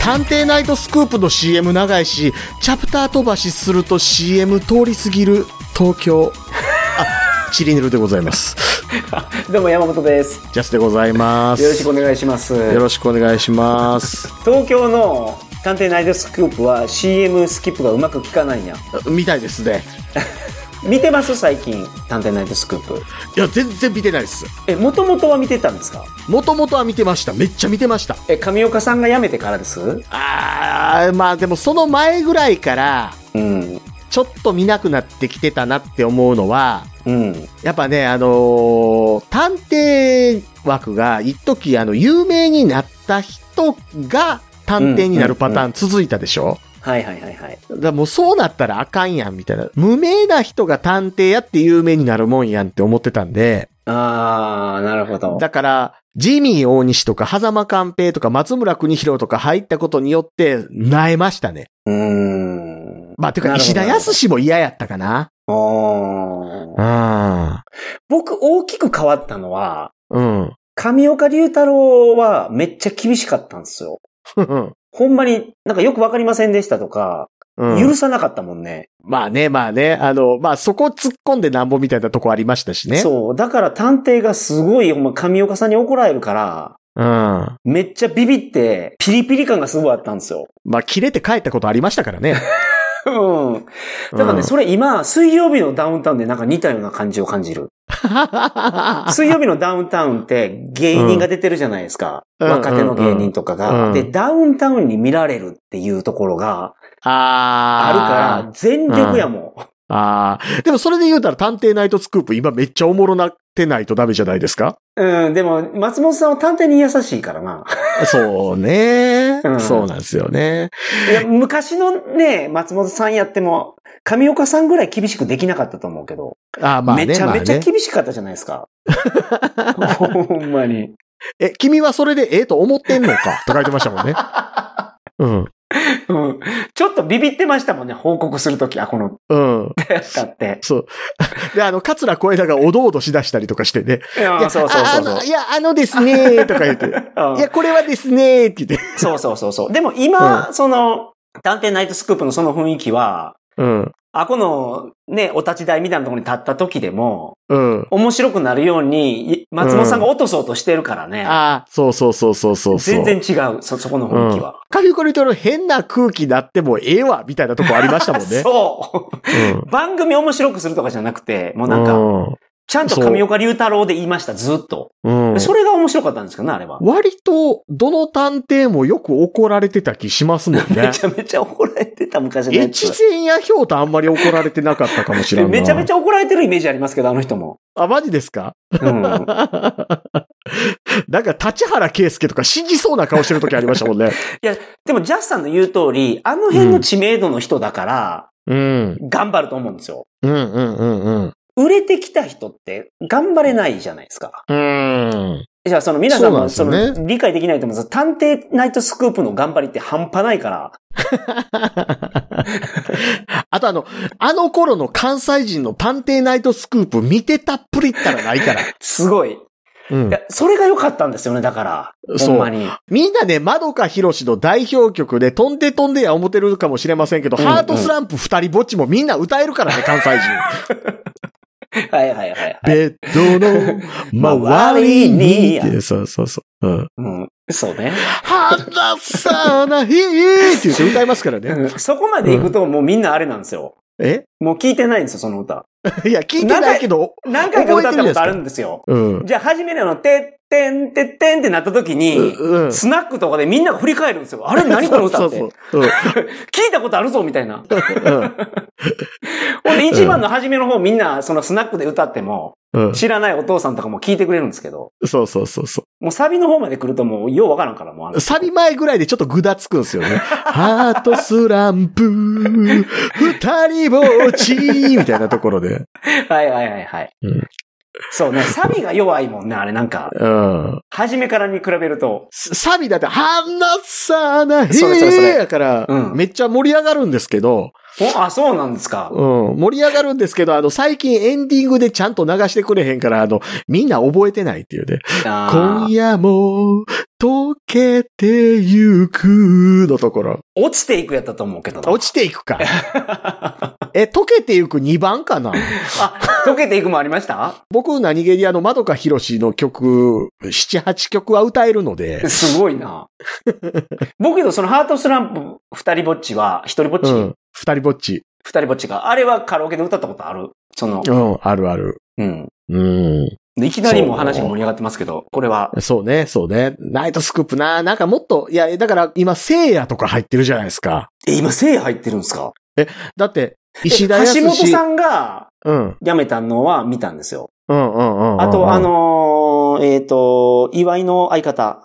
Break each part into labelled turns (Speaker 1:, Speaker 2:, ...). Speaker 1: 探偵ナイトスクープの CM 長いし、チャプター飛ばしすると CM 通り過ぎる東京。あ、チリネルでございます。
Speaker 2: どうも山本です。
Speaker 1: ジャスでございます。
Speaker 2: よろしくお願いします。
Speaker 1: よろしくお願いします。
Speaker 2: 東京の探偵ナイトスクープは CM スキップがうまく効かないんや。
Speaker 1: みたいですね。
Speaker 2: 見てます最近、探偵ナイトスクープ。
Speaker 1: いや、全然見てないです。
Speaker 2: え、もともとは見てたんですか
Speaker 1: もともとは見てました。めっちゃ見てました。
Speaker 2: え、上岡さんが辞めてからです
Speaker 1: あー、まあでもその前ぐらいから、
Speaker 2: うん。
Speaker 1: ちょっと見なくなってきてたなって思うのは、
Speaker 2: うん。
Speaker 1: やっぱね、あのー探偵枠が一時あの、有名になった人が探偵になるパターン続いたでしょ、
Speaker 2: はいはいはいはい。
Speaker 1: だからもうそうなったらあかんやん、みたいな。無名な人が探偵やって有名になるもんやんって思ってたんで、
Speaker 2: あー、なるほど。
Speaker 1: だから、ジミー大西とか、狭間寛平とか、松村邦弘とか入ったことによって、なえましたね。
Speaker 2: うーん。
Speaker 1: まあ、てか、
Speaker 2: なるほど
Speaker 1: 石田康も嫌やったかな。
Speaker 2: おー
Speaker 1: う
Speaker 2: 僕、大きく変わったのは、
Speaker 1: ん。うん。
Speaker 2: 上岡龍太郎はめっちゃ厳しかったんですよ。ほんまになんかよくわかりませんでしたとか、
Speaker 1: うん
Speaker 2: 許さなかったもんね。
Speaker 1: まあね、まあね、あの、まあそこ突っ込んでなんぼみたいなとこありましたしね。う。
Speaker 2: そう。だから探偵がすごい、ほんま、上岡さんに怒られるか
Speaker 1: ん。
Speaker 2: ら、
Speaker 1: ま
Speaker 2: めっちゃビビって、ピリピリ感がすごいあったんですよ。
Speaker 1: あ、切れて帰ったことありましたからね。
Speaker 2: うん。 だからね、
Speaker 1: うん
Speaker 2: それ今、水曜日のダウンタウンでなんか似たような感じを感じる。水曜日のダウンタウンって芸人が出てるじゃないですか。
Speaker 1: うん
Speaker 2: 若手の芸人とか
Speaker 1: う
Speaker 2: が。
Speaker 1: ん
Speaker 2: で、ダウンタウンに見られるっていうところがある
Speaker 1: あ
Speaker 2: から、全力やもん。
Speaker 1: ら。ああ。でもそれで言うたら探偵ナイトスクープ今めっちゃおもろなってないとダメじゃないです か
Speaker 2: うん、でも、松本さんは探偵に優しいからな。
Speaker 1: そうね、
Speaker 2: うん
Speaker 1: そうなんですよね。
Speaker 2: いや、昔のね、松本さんやっても、上岡さんぐらい厳しくできなかったと思うけど、
Speaker 1: あーまあね。
Speaker 2: めちゃめちゃ
Speaker 1: まあね、
Speaker 2: 厳しかったじゃないですか。ほんまに。
Speaker 1: え、君はそれでええと思ってんのかと書いてましたもん ね。うん。
Speaker 2: うん。ちょっとビビってましたもんね、報告するとき、あ、この、
Speaker 1: うん。
Speaker 2: やったって。
Speaker 1: そう。で、あの、桂小枝がおどおどしだしたりとかしてね。
Speaker 2: いや、そうそうそう
Speaker 1: あ
Speaker 2: そ
Speaker 1: あ
Speaker 2: う
Speaker 1: のいや、あのですねーとか言って。
Speaker 2: うん
Speaker 1: いや、これはですねーって言って。
Speaker 2: そうそうそうそう。でも今、その、探偵ナイトスクープのその雰囲気は、
Speaker 1: うん。
Speaker 2: あ、この、ね、お立ち台みたいなところに立った時でも、
Speaker 1: うん。
Speaker 2: 面白くなるように、い松本さんが落とそうとしてるからね。
Speaker 1: ああ、そうそうそうそうそうそう。
Speaker 2: 全然違う、そ、そこの雰囲気は。
Speaker 1: カリコリとの変な空気になってもええわ、みたいなとこありましたもん ね。
Speaker 2: そうう。番組面白くするとかじゃなくて、もうなんか、
Speaker 1: ん。
Speaker 2: ちゃんと上岡龍太郎で言いました、ずっと。
Speaker 1: うん。うん
Speaker 2: それが面白かったんですけどね、あれは。
Speaker 1: 割と、どの探偵もよく怒られてた気しますもんね
Speaker 2: め。ちゃめちゃ怒られてた、昔のやつ
Speaker 1: 越。前やひょうとあんまり怒られてなかったかもしれない。
Speaker 2: めちゃめち
Speaker 1: ゃ。
Speaker 2: ゃ怒られてるイメージありますけど、あの人 も。
Speaker 1: あ、マジですか
Speaker 2: うん。
Speaker 1: なんか、立原圭介とか信じそうな顔してる時ありましたもんね。
Speaker 2: でも、ジャスさんの言う通り、あの辺の知名度の人だから、
Speaker 1: うん。
Speaker 2: 頑張ると思うんですよ。
Speaker 1: うんうんうんうん。
Speaker 2: 売れてきた人って、頑張れないじゃないですか。
Speaker 1: うん。
Speaker 2: じゃあ、その皆さんも、
Speaker 1: そ
Speaker 2: そう
Speaker 1: なんですよね
Speaker 2: の、理解できないと思うんですけど探偵ナイトスクープの頑張りって半端ないから。
Speaker 1: あとあの、あの頃の関西人の探偵ナイトスクープ見てたっぷりったらないから。
Speaker 2: すごい。い
Speaker 1: うん
Speaker 2: や、それが良かったんですよね、だから。
Speaker 1: そう
Speaker 2: ほんまに。
Speaker 1: みんなね、まどかひろしの代表曲で、飛んで飛んでや思ってるかもしれませんけど、
Speaker 2: うんうん
Speaker 1: ハートスランプ二人ぼっちもみんな歌えるからね、関西人。
Speaker 2: はいはいはい。
Speaker 1: ベッドの周りに。って そうそうそう。うん。
Speaker 2: うん。そうね。
Speaker 1: 離さないって言って歌いますからね。
Speaker 2: うんそこまで行くともうみんなあれなんですよ。
Speaker 1: え
Speaker 2: もう聞いてないんですよ、その歌。
Speaker 1: いや、聞いてないけど、
Speaker 2: 何回か歌ったことあるんですよ。
Speaker 1: うん。
Speaker 2: じゃあ、初めにあの、てってんてってんってなった時に、
Speaker 1: うん。
Speaker 2: スナックとかでみんなが振り返るんですよ。あれ何この歌って。
Speaker 1: そうそうそう。
Speaker 2: 聞いたことあるぞみたいな。
Speaker 1: うん。うん
Speaker 2: ほんで一番の初めの方みんなそのスナックで歌っても、
Speaker 1: うん。
Speaker 2: 知らないお父さんとかも聞いてくれるんですけど、
Speaker 1: そうそうそうそ
Speaker 2: もうサビの方まで来るともうようわからんからもうあ
Speaker 1: う。
Speaker 2: の。
Speaker 1: サビ前ぐらいでちょっとぐだつくんですよね。 ハートスランプ、二人ぼっち、みたいなところで。
Speaker 2: はいはいはいはい。
Speaker 1: うん
Speaker 2: そうね、サビが弱いもんね、あれなんか。
Speaker 1: うん。
Speaker 2: 初めからに比べると。
Speaker 1: ササビだって、離さない
Speaker 2: それそれそれ
Speaker 1: だから
Speaker 2: う、ん
Speaker 1: めっちゃ盛り上がるんですけど、
Speaker 2: おあ、そうなんですか。
Speaker 1: うん。盛り上がるんですけど、あの、最近エンディングでちゃんと流してくれへんから、あの、みんな覚えてないっていうね。
Speaker 2: あ
Speaker 1: 今
Speaker 2: ー
Speaker 1: 夜も、溶けてゆくのところ。
Speaker 2: 落ちていくやったと思うけどな。
Speaker 1: 落ちていくか。 え、溶けてゆく2番かな
Speaker 2: あ、溶けていくもありました
Speaker 1: 僕、何気にあの、窓かひろしの曲、7、8曲は歌えるので、
Speaker 2: すごいな。僕けどそのハートスランプ二人ぼっちは、一人ぼっち、
Speaker 1: うん。二人ぼっち。
Speaker 2: 二人ぼっちが、あれはカラオケで歌ったことあるその、
Speaker 1: うん、あるある。
Speaker 2: うん。
Speaker 1: うん。
Speaker 2: でいきなりもう話が盛り上がってますけど、これは、
Speaker 1: そうね、そうね。ナイトスクープな、なんかもっと、いや、だから今、聖夜とか入ってるじゃないですか。
Speaker 2: え、今、聖夜入ってるんですか
Speaker 1: だって、石田
Speaker 2: え
Speaker 1: 康
Speaker 2: 橋本さんが
Speaker 1: うん。
Speaker 2: 辞めたのは見たんですよ。
Speaker 1: うんうんうんうん。
Speaker 2: あと、あ、のーえっ、と、岩井の 相方。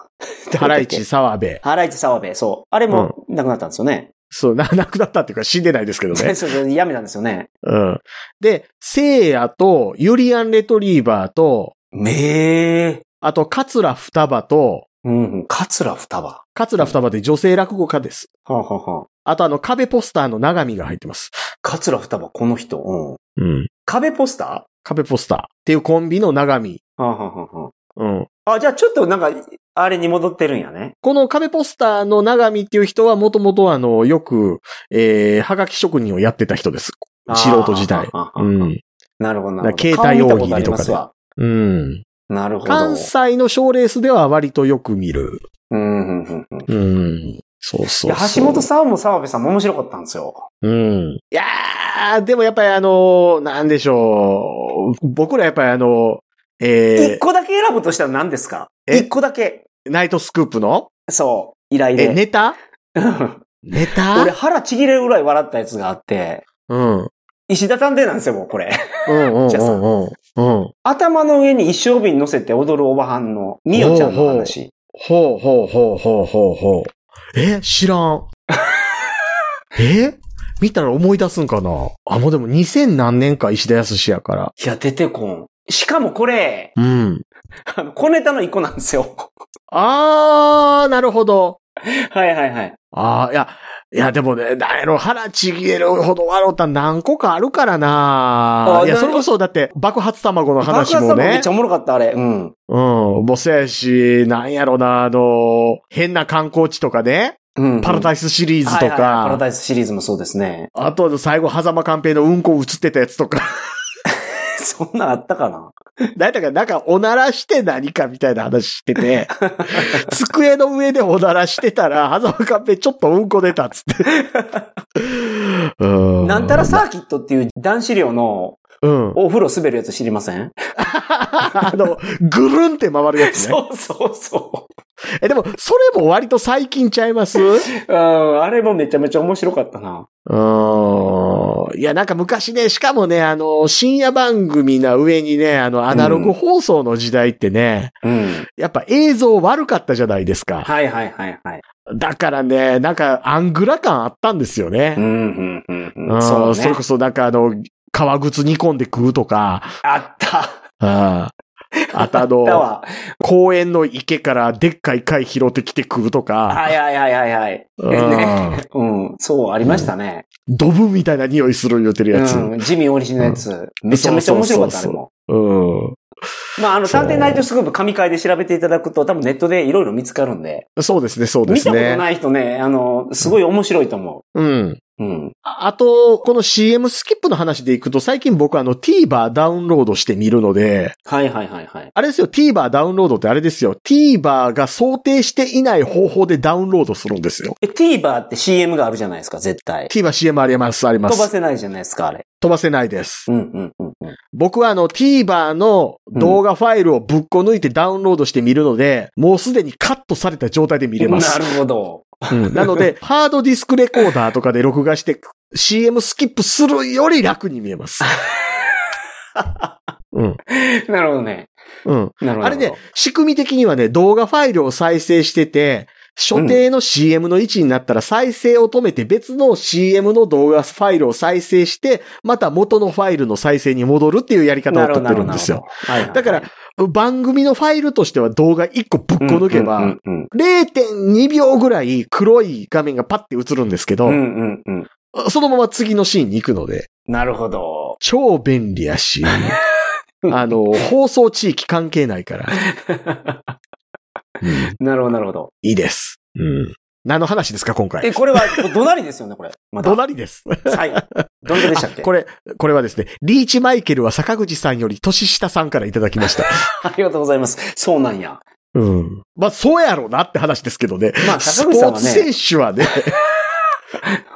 Speaker 1: 原市沢部。
Speaker 2: 原市沢部、そう。あれも亡くなったんですよね。
Speaker 1: そう、な、 亡くなったっていうか死んでないですけど
Speaker 2: そう
Speaker 1: ね。
Speaker 2: そう、辞めたんですよね。
Speaker 1: うん。で、聖夜と、ユリアンレトリーバーと、
Speaker 2: ねえ。
Speaker 1: あと、桂双葉と、
Speaker 2: うん、カツラ双葉。は
Speaker 1: 桂双葉で女性落語家です。
Speaker 2: あ、はあはあ、
Speaker 1: あと、あの、壁ポスターの長見が入ってます。
Speaker 2: カツラ双葉、この人。うん。
Speaker 1: うん。
Speaker 2: 壁ポスタ
Speaker 1: 壁ポスターっていうコンビの長見。
Speaker 2: ーはあ、はあはあは
Speaker 1: うん。
Speaker 2: あ、あ、じゃあちょっとなんか、あれに戻ってるんやね。
Speaker 1: この壁ポスターの長見っていう人はもともとあの、よく、えー、はがき職人をやってた人です。
Speaker 2: あー
Speaker 1: 素人時代。
Speaker 2: はあ
Speaker 1: う
Speaker 2: はあはあ
Speaker 1: ん。
Speaker 2: なるほど、なるほど。
Speaker 1: 携帯
Speaker 2: 顔
Speaker 1: 大
Speaker 2: 見たこ
Speaker 1: 喜
Speaker 2: あ
Speaker 1: 利
Speaker 2: り
Speaker 1: と
Speaker 2: ま
Speaker 1: か
Speaker 2: す
Speaker 1: で
Speaker 2: わ。
Speaker 1: うん。
Speaker 2: なるほど。
Speaker 1: 関西の賞レースでは割とよく見る。
Speaker 2: うん、うん、うんうん。
Speaker 1: うん。そうそうそう。
Speaker 2: いや、橋本さんも澤部さんも面白かったんですよ。
Speaker 1: うん。いやー、でもやっぱりあのー、なんでしょう。僕らやっぱりあのー、
Speaker 2: 一、
Speaker 1: え
Speaker 2: 個だけ選ぶとしたら何ですか
Speaker 1: え
Speaker 2: 一個だけ。
Speaker 1: ー、ナイトスクープの
Speaker 2: そう、依頼
Speaker 1: え、
Speaker 2: で。
Speaker 1: ネタ
Speaker 2: うん
Speaker 1: ネタ
Speaker 2: 俺腹ちぎれるぐらい笑ったやつがあって、
Speaker 1: うん。うん
Speaker 2: 石田探偵なんですよ、もうこ れ。
Speaker 1: うんうん
Speaker 2: じゃあさ
Speaker 1: うん。うん。
Speaker 2: 頭の上に一生瓶乗せて踊るおばはんの、みよちゃんの話。
Speaker 1: ほうほうほうほうほうほう。え知ら ん。え見たら思い出すんかなあ、もうでも2000何年か石田康やから。
Speaker 2: いや、出てこん。しかもこれ、
Speaker 1: うん。
Speaker 2: あの、小ネタの一個なんで すよ。
Speaker 1: あー、なるほど。
Speaker 2: はいはいはい。
Speaker 1: ああ、いや、いや、でもね、なんやろ、腹ちぎれるほど笑った何個かあるからな
Speaker 2: あ
Speaker 1: いや、
Speaker 2: な
Speaker 1: それこそだって、爆発卵の話も
Speaker 2: 爆発さんめ
Speaker 1: ね
Speaker 2: っち。ゃおもろかった、あれ。うん。
Speaker 1: うん、もうせやし、なんやろな、あの、変な観光地とかね、
Speaker 2: うん。
Speaker 1: パラダイスシリーズと
Speaker 2: はいはいはいパラ
Speaker 1: か、
Speaker 2: ダイスシリーズもそうですね。
Speaker 1: あとは最後、狭間寛平のうんこ映ってたやつとか、
Speaker 2: そんなんあったかな
Speaker 1: なんだか、なんか、おならして何かみたいな話して て、机の上でおならしてたら、狭間寛平ちょっとうんこ出たっつ って。う
Speaker 2: なんたらサーキットっていう男子寮の
Speaker 1: うん。
Speaker 2: お風呂滑るやつ知りません
Speaker 1: あの、ぐるんって回るやつね。
Speaker 2: そうそうそ
Speaker 1: え、でも、それも割と最近ちゃい ますう
Speaker 2: う。うん、あれもめちゃめちゃ面白かったな。
Speaker 1: ーん。いや、なんか昔ね、しかもね、あの、深夜番組な上にね、あの、アナログ放送の時代ってね、
Speaker 2: うん。
Speaker 1: やっぱ映像悪かったじゃないですか。
Speaker 2: はいはいはいはい。
Speaker 1: だからね、なんか、アングラ感あったんですよ
Speaker 2: う
Speaker 1: ね。
Speaker 2: ん、うん、うん。
Speaker 1: う
Speaker 2: うんん、そう
Speaker 1: それ
Speaker 2: ね
Speaker 1: こ。そ、なんかあの、革靴煮込んで食うとか、
Speaker 2: あった。
Speaker 1: ああとあ
Speaker 2: あった
Speaker 1: の、
Speaker 2: わ。
Speaker 1: 公園の池からでっかい貝拾ってきて食うとか、
Speaker 2: はいはいはいはいはい。
Speaker 1: うん
Speaker 2: うん、そう、ありましたね。
Speaker 1: ドブみたいな匂いする言うてるやつ。
Speaker 2: うん、ジミーオリジンのやつ。めちゃめちゃ面白かった、あれ
Speaker 1: そうそうそうそう
Speaker 2: も。
Speaker 1: うん。
Speaker 2: まあ、あの、
Speaker 1: そう
Speaker 2: 探偵ナイトスクープ神回で調べていただくと、多分ネットでいろいろ見つかるんで。
Speaker 1: そうですね、そうで
Speaker 2: 見
Speaker 1: す
Speaker 2: たこと
Speaker 1: ね。
Speaker 2: ない人ね、あの、すごい面白いと思
Speaker 1: うん。
Speaker 2: う。うん。
Speaker 1: ああと、この CM スキップの話でいくと、最近僕あの TVer ダウンロードしてみるので、
Speaker 2: はいはいはいはい。
Speaker 1: あれですよ、TVer ダウンロードってあれですよ、TVer が想定していない方法でダウンロードするんですよ。
Speaker 2: え、TVer って CM があるじゃないですか、絶対。
Speaker 1: TVerCM あります、ありま
Speaker 2: 飛ば
Speaker 1: す。
Speaker 2: せないじゃないですか、あれ。
Speaker 1: 飛ばせないです
Speaker 2: う。んうんうんうん。
Speaker 1: 僕はあの TVer の動画ファイルをぶっこ抜いてダウンロードしてみるので、もうすでにカットされた状態で見れます。
Speaker 2: なるほど。
Speaker 1: うんなので、 ハードディスクレコーダーとかで録画して CM スキップするより楽に見え ます。うん。
Speaker 2: なるほどね。
Speaker 1: うん。
Speaker 2: なるほど。
Speaker 1: あれね、仕組み的にはね、動画ファイルを再生してて、所定の CM の位置になったら再生を止めて別の CM の動画ファイルを再生して、また元のファイルの再生に戻るっていうやり方を
Speaker 2: なる
Speaker 1: と
Speaker 2: ほど、
Speaker 1: っ
Speaker 2: な
Speaker 1: て
Speaker 2: るほ
Speaker 1: る
Speaker 2: ど。
Speaker 1: んですよ。
Speaker 2: なるほど。
Speaker 1: だから、番組のファイルとしては動画1個ぶっこ
Speaker 2: はいはい、
Speaker 1: 抜けば、
Speaker 2: うんうん
Speaker 1: 0.2秒ぐらい黒い画面がパッて映るんですけど、
Speaker 2: うんうんうんうん。
Speaker 1: そのまま次のシーンに行くので、
Speaker 2: なるほど。
Speaker 1: 超便利やし、あの、放送地域関係ないから、うん
Speaker 2: なるほど、なるほど。
Speaker 1: いいです。うん。何の話ですか、今回。
Speaker 2: え、これは、どなりですよね、これ。まだ。
Speaker 1: どなりです。
Speaker 2: はい。どんどでしたっけ
Speaker 1: あこれ、これはですね、リーチマイケルは坂口さんより年下さんからいただきました。
Speaker 2: ありがとうございます。そうなんや。
Speaker 1: うん。まあ、そうやろうなって話ですけどね。
Speaker 2: まあ、
Speaker 1: ス
Speaker 2: 坂
Speaker 1: ポ
Speaker 2: 口さ
Speaker 1: ー
Speaker 2: んは
Speaker 1: ツ
Speaker 2: ね、
Speaker 1: 選手はね、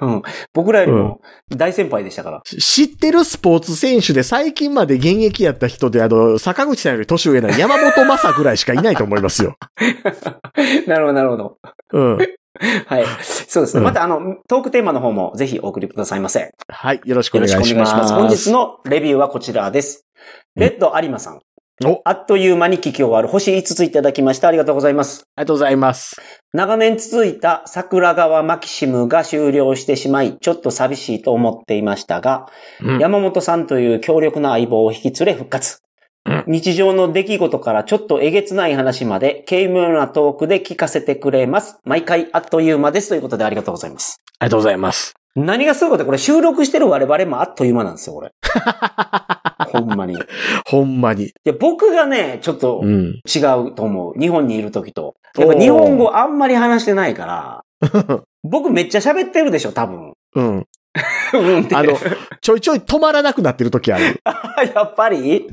Speaker 2: うん、僕らよりも大先輩でしたから。
Speaker 1: 知ってるスポーツ選手で最近まで現役やった人で、あの、坂口さんより年上な山本正ぐらいしかいないと思いますよ。
Speaker 2: なるほど、なるほど。
Speaker 1: うん。
Speaker 2: はい。そうですね。
Speaker 1: うん
Speaker 2: また、あの、トークテーマの方もぜひお送りくださいませ。
Speaker 1: はい、よろしくお
Speaker 2: よろ
Speaker 1: 願い
Speaker 2: し
Speaker 1: し
Speaker 2: くお
Speaker 1: ます。
Speaker 2: 願いします。本日のレビューはこちらです。レッド有馬さん。
Speaker 1: お、あり
Speaker 2: あっという間に聞き終わる星5ついただきました。ありがとうございます。
Speaker 1: がとうございます。
Speaker 2: 長年続いた桜川マキシムが終了してしまい、ちょっと寂しいと思っていましたが、
Speaker 1: うん
Speaker 2: 山本さんという強力な相棒を引き連れ復活。
Speaker 1: うん
Speaker 2: 日常の出来事からちょっとえげつない話まで、軽妙なトークで聞かせてくれます。毎回あっという間です。ということでありがとうございます。
Speaker 1: ありがとうございます。
Speaker 2: 何がすごいかって、これ収録してる我々もあっという間なんですよ、こ れ。ほんまに。い
Speaker 1: ほんまに。
Speaker 2: や、僕がね、ちょっと
Speaker 1: うん。
Speaker 2: 違うと思う。日本にいる時と。やっぱ
Speaker 1: おー
Speaker 2: 日本語あんまり話してないから、僕めっちゃ喋ってるでしょ、多分。
Speaker 1: うん。
Speaker 2: うんって
Speaker 1: あの、ちょいちょい止まらなくなってる時ある。
Speaker 2: やっぱり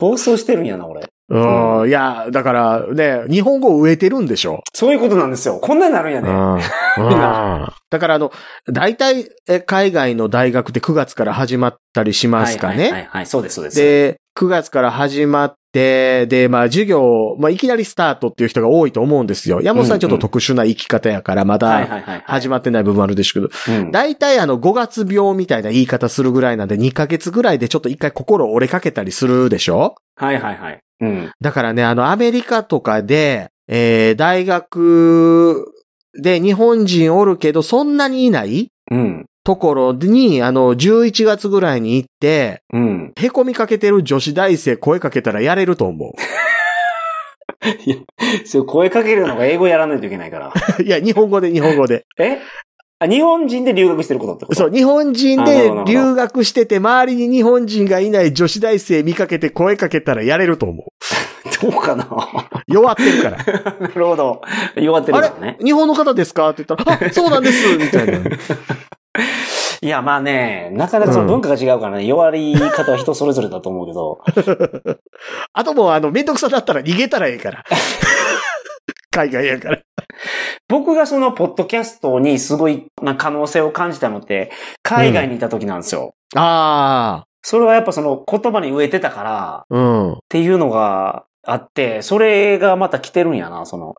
Speaker 2: 暴走してるんやな、俺。
Speaker 1: うん。うん。いや、だからね、日本語植えてるんでしょ。
Speaker 2: そういうことなんですよ。こんなになるんや
Speaker 1: う
Speaker 2: ね。
Speaker 1: ん。 だからあの、大体、え海外の大学って9月から始まったりしますか
Speaker 2: はいはいは
Speaker 1: ね。
Speaker 2: い、はい、そうです、そうです。
Speaker 1: で、9月から始まって、で、まあ授業、まあいきなりスタートっていう人が多いと思うんですよ。山本さんちょっと特殊な生き方やから、ま
Speaker 2: はい
Speaker 1: だ
Speaker 2: はいはい。
Speaker 1: 始まってない部分あるでしょうけど、
Speaker 2: うん
Speaker 1: 大体あの5月病みたいな言い方するぐらいなんで2ヶ月ぐらいでちょっと一回心折れかけたりするでしょ
Speaker 2: はいはいはい。うん。
Speaker 1: だからね、あのアメリカとかで、えー、大学で日本人おるけどそんなにいない
Speaker 2: うん。
Speaker 1: ところに、あの、11月ぐらいに行って、
Speaker 2: うん。
Speaker 1: へこみかけてる女子大生声かけたらやれると思
Speaker 2: そう、声かけるのが英語やらないといけないから。
Speaker 1: う。いや、日本語で日本語で。
Speaker 2: えあ日本人で留学してることってこと
Speaker 1: そう、日本人
Speaker 2: なる
Speaker 1: で
Speaker 2: ほどなるほど
Speaker 1: 留学してて、周りに日本人がいない女子大生見かけて声かけたらやれると思
Speaker 2: どうかな
Speaker 1: う。弱ってるから。
Speaker 2: なるほど。弱ってるからね。
Speaker 1: 日本の方ですかって言ったら、あ、そうなんですみたいな。
Speaker 2: いや、まあね、なかなかその文化が違うからね、弱り方は人それぞれだと思うけど。
Speaker 1: あともう、あの、めんどくさだったら逃げたらええから。 海外やから。
Speaker 2: 僕がそのポッドキャストにすごいな可能性を感じたのって、海外にいた時なんですよ。
Speaker 1: ああ、
Speaker 2: それはやっぱその言葉に植えてたから、っ
Speaker 1: うん。
Speaker 2: ていうのがあって、それがまた来てるんやな、その。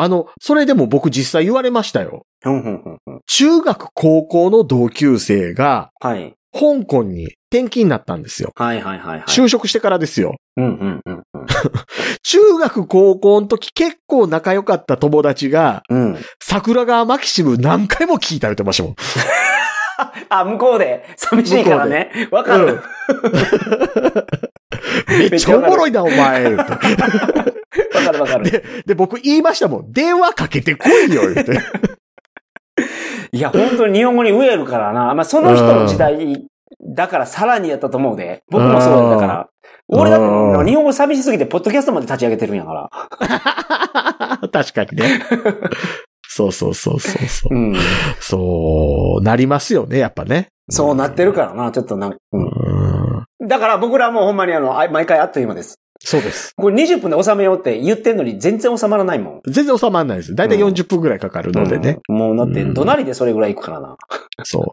Speaker 1: あの、それでも僕実際言われましたよ。
Speaker 2: うん、うん、うんうん。
Speaker 1: 中学高校の同級生が、
Speaker 2: はい。
Speaker 1: 香港に転勤になったんですよ。
Speaker 2: はい、はい、はい、はい。
Speaker 1: 就職してからですよ。
Speaker 2: うん、うん、うんうん。
Speaker 1: 中学高校の時結構仲良かった友達が、
Speaker 2: うん。
Speaker 1: 桜川マキシム何回も聞いた言ってましたもん。
Speaker 2: あ、向こうで、寂しいからね。わかる。
Speaker 1: めっちゃおもろいな、お前。言うて
Speaker 2: わかる、わかる。
Speaker 1: で、僕言いましたもん。電話かけてこいよ、言って。
Speaker 2: いや、本当に日本語に植えるからな。まあ、その人の時代だからさらにやったと思うで。僕もそうだったから。
Speaker 1: うん
Speaker 2: 俺だって
Speaker 1: うん
Speaker 2: なんか日本語寂しすぎて、ポッドキャストまで立ち上げてるんやから。
Speaker 1: 確かにね。そうそうそうそうそうう。
Speaker 2: ん。
Speaker 1: そう、なりますよね、やっぱね。
Speaker 2: そうなってるからな、ちょっとなんか。う
Speaker 1: うん。
Speaker 2: ん。だから僕らもうほんまにあの、あ毎回あっという間です。
Speaker 1: そうです。
Speaker 2: これ20分で収めようって言ってんのに全然収まらないもん。
Speaker 1: 全然収まらないです。だいたい40分くらいかかるのでね。
Speaker 2: うん。もうだって、怒鳴りでそれぐらいいくからな。
Speaker 1: そう。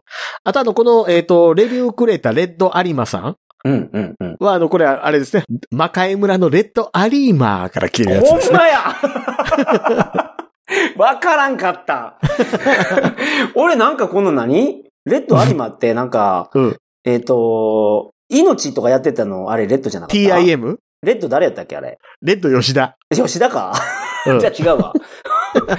Speaker 1: あとあの、この、えっ、と、レビューくれたレッドアリマさん
Speaker 2: うん、うん、うん。
Speaker 1: は、あの、これ、あれですね。魔界村のレッドアリーマーから来てるやつ
Speaker 2: ほ
Speaker 1: で
Speaker 2: ん
Speaker 1: すね。
Speaker 2: まや わからんかった。 俺なんかこの何レッドアリマってなんか、
Speaker 1: うん。
Speaker 2: えっ、と、命とかやってたの、あれレッドじゃなかった
Speaker 1: TIM?
Speaker 2: レッド誰やったっけあれ。
Speaker 1: レッド吉田。
Speaker 2: 吉田か
Speaker 1: うん
Speaker 2: じゃあ違うわ。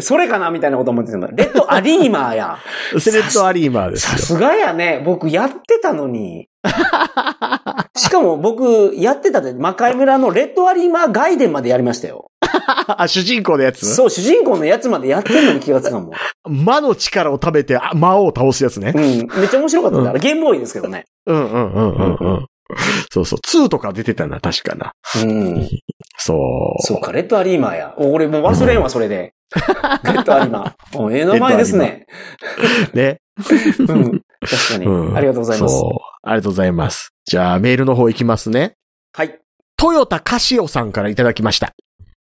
Speaker 2: それかなみたいなこと思ってたの。レッドアリーマーや。
Speaker 1: レッドアリーマーです
Speaker 2: さ
Speaker 1: よ。
Speaker 2: すがやね。僕やってたのに。 しかも僕やってたで、魔界村のレッドアリーマー外伝までやりましたよ。
Speaker 1: あ、主人公のやつ
Speaker 2: そう、主人公のやつまでやってんのに気がつかん もん。
Speaker 1: 魔の力を食べて、あ魔王を倒すやつね
Speaker 2: う。ん。めっちゃ面白かったんだ。あれゲームボーイですけど ね。
Speaker 1: うんうんうんうんうん。そうそう。2とか出てたな、確かな。
Speaker 2: うん。
Speaker 1: そう。
Speaker 2: そうか、レッドアリーマーや。俺もう忘れんわ、それで。レッドアリーマー。うんええ名前ですね。
Speaker 1: ね。
Speaker 2: うん。確かに、
Speaker 1: うん
Speaker 2: ありがとうございます
Speaker 1: そ。う。ありがとうございます。じゃあ、メールの方いきますね。
Speaker 2: はい。
Speaker 1: トヨタカシオさんからいただきました。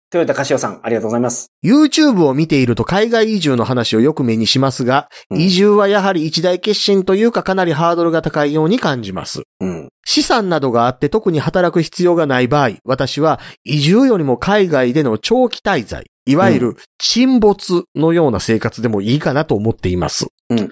Speaker 2: トヨタカシオさん、ありがとうございます。
Speaker 1: YouTube を見ていると海外移住の話をよく目にしますが、
Speaker 2: うん
Speaker 1: 移住はやはり一大決心というかかなりハードルが高いように感じます。
Speaker 2: うん。
Speaker 1: 資産などがあって特に働く必要がない場合、私は移住よりも海外での長期滞在、いわゆる沈没のような生活でもいいかなと思っています。
Speaker 2: うん。うんうん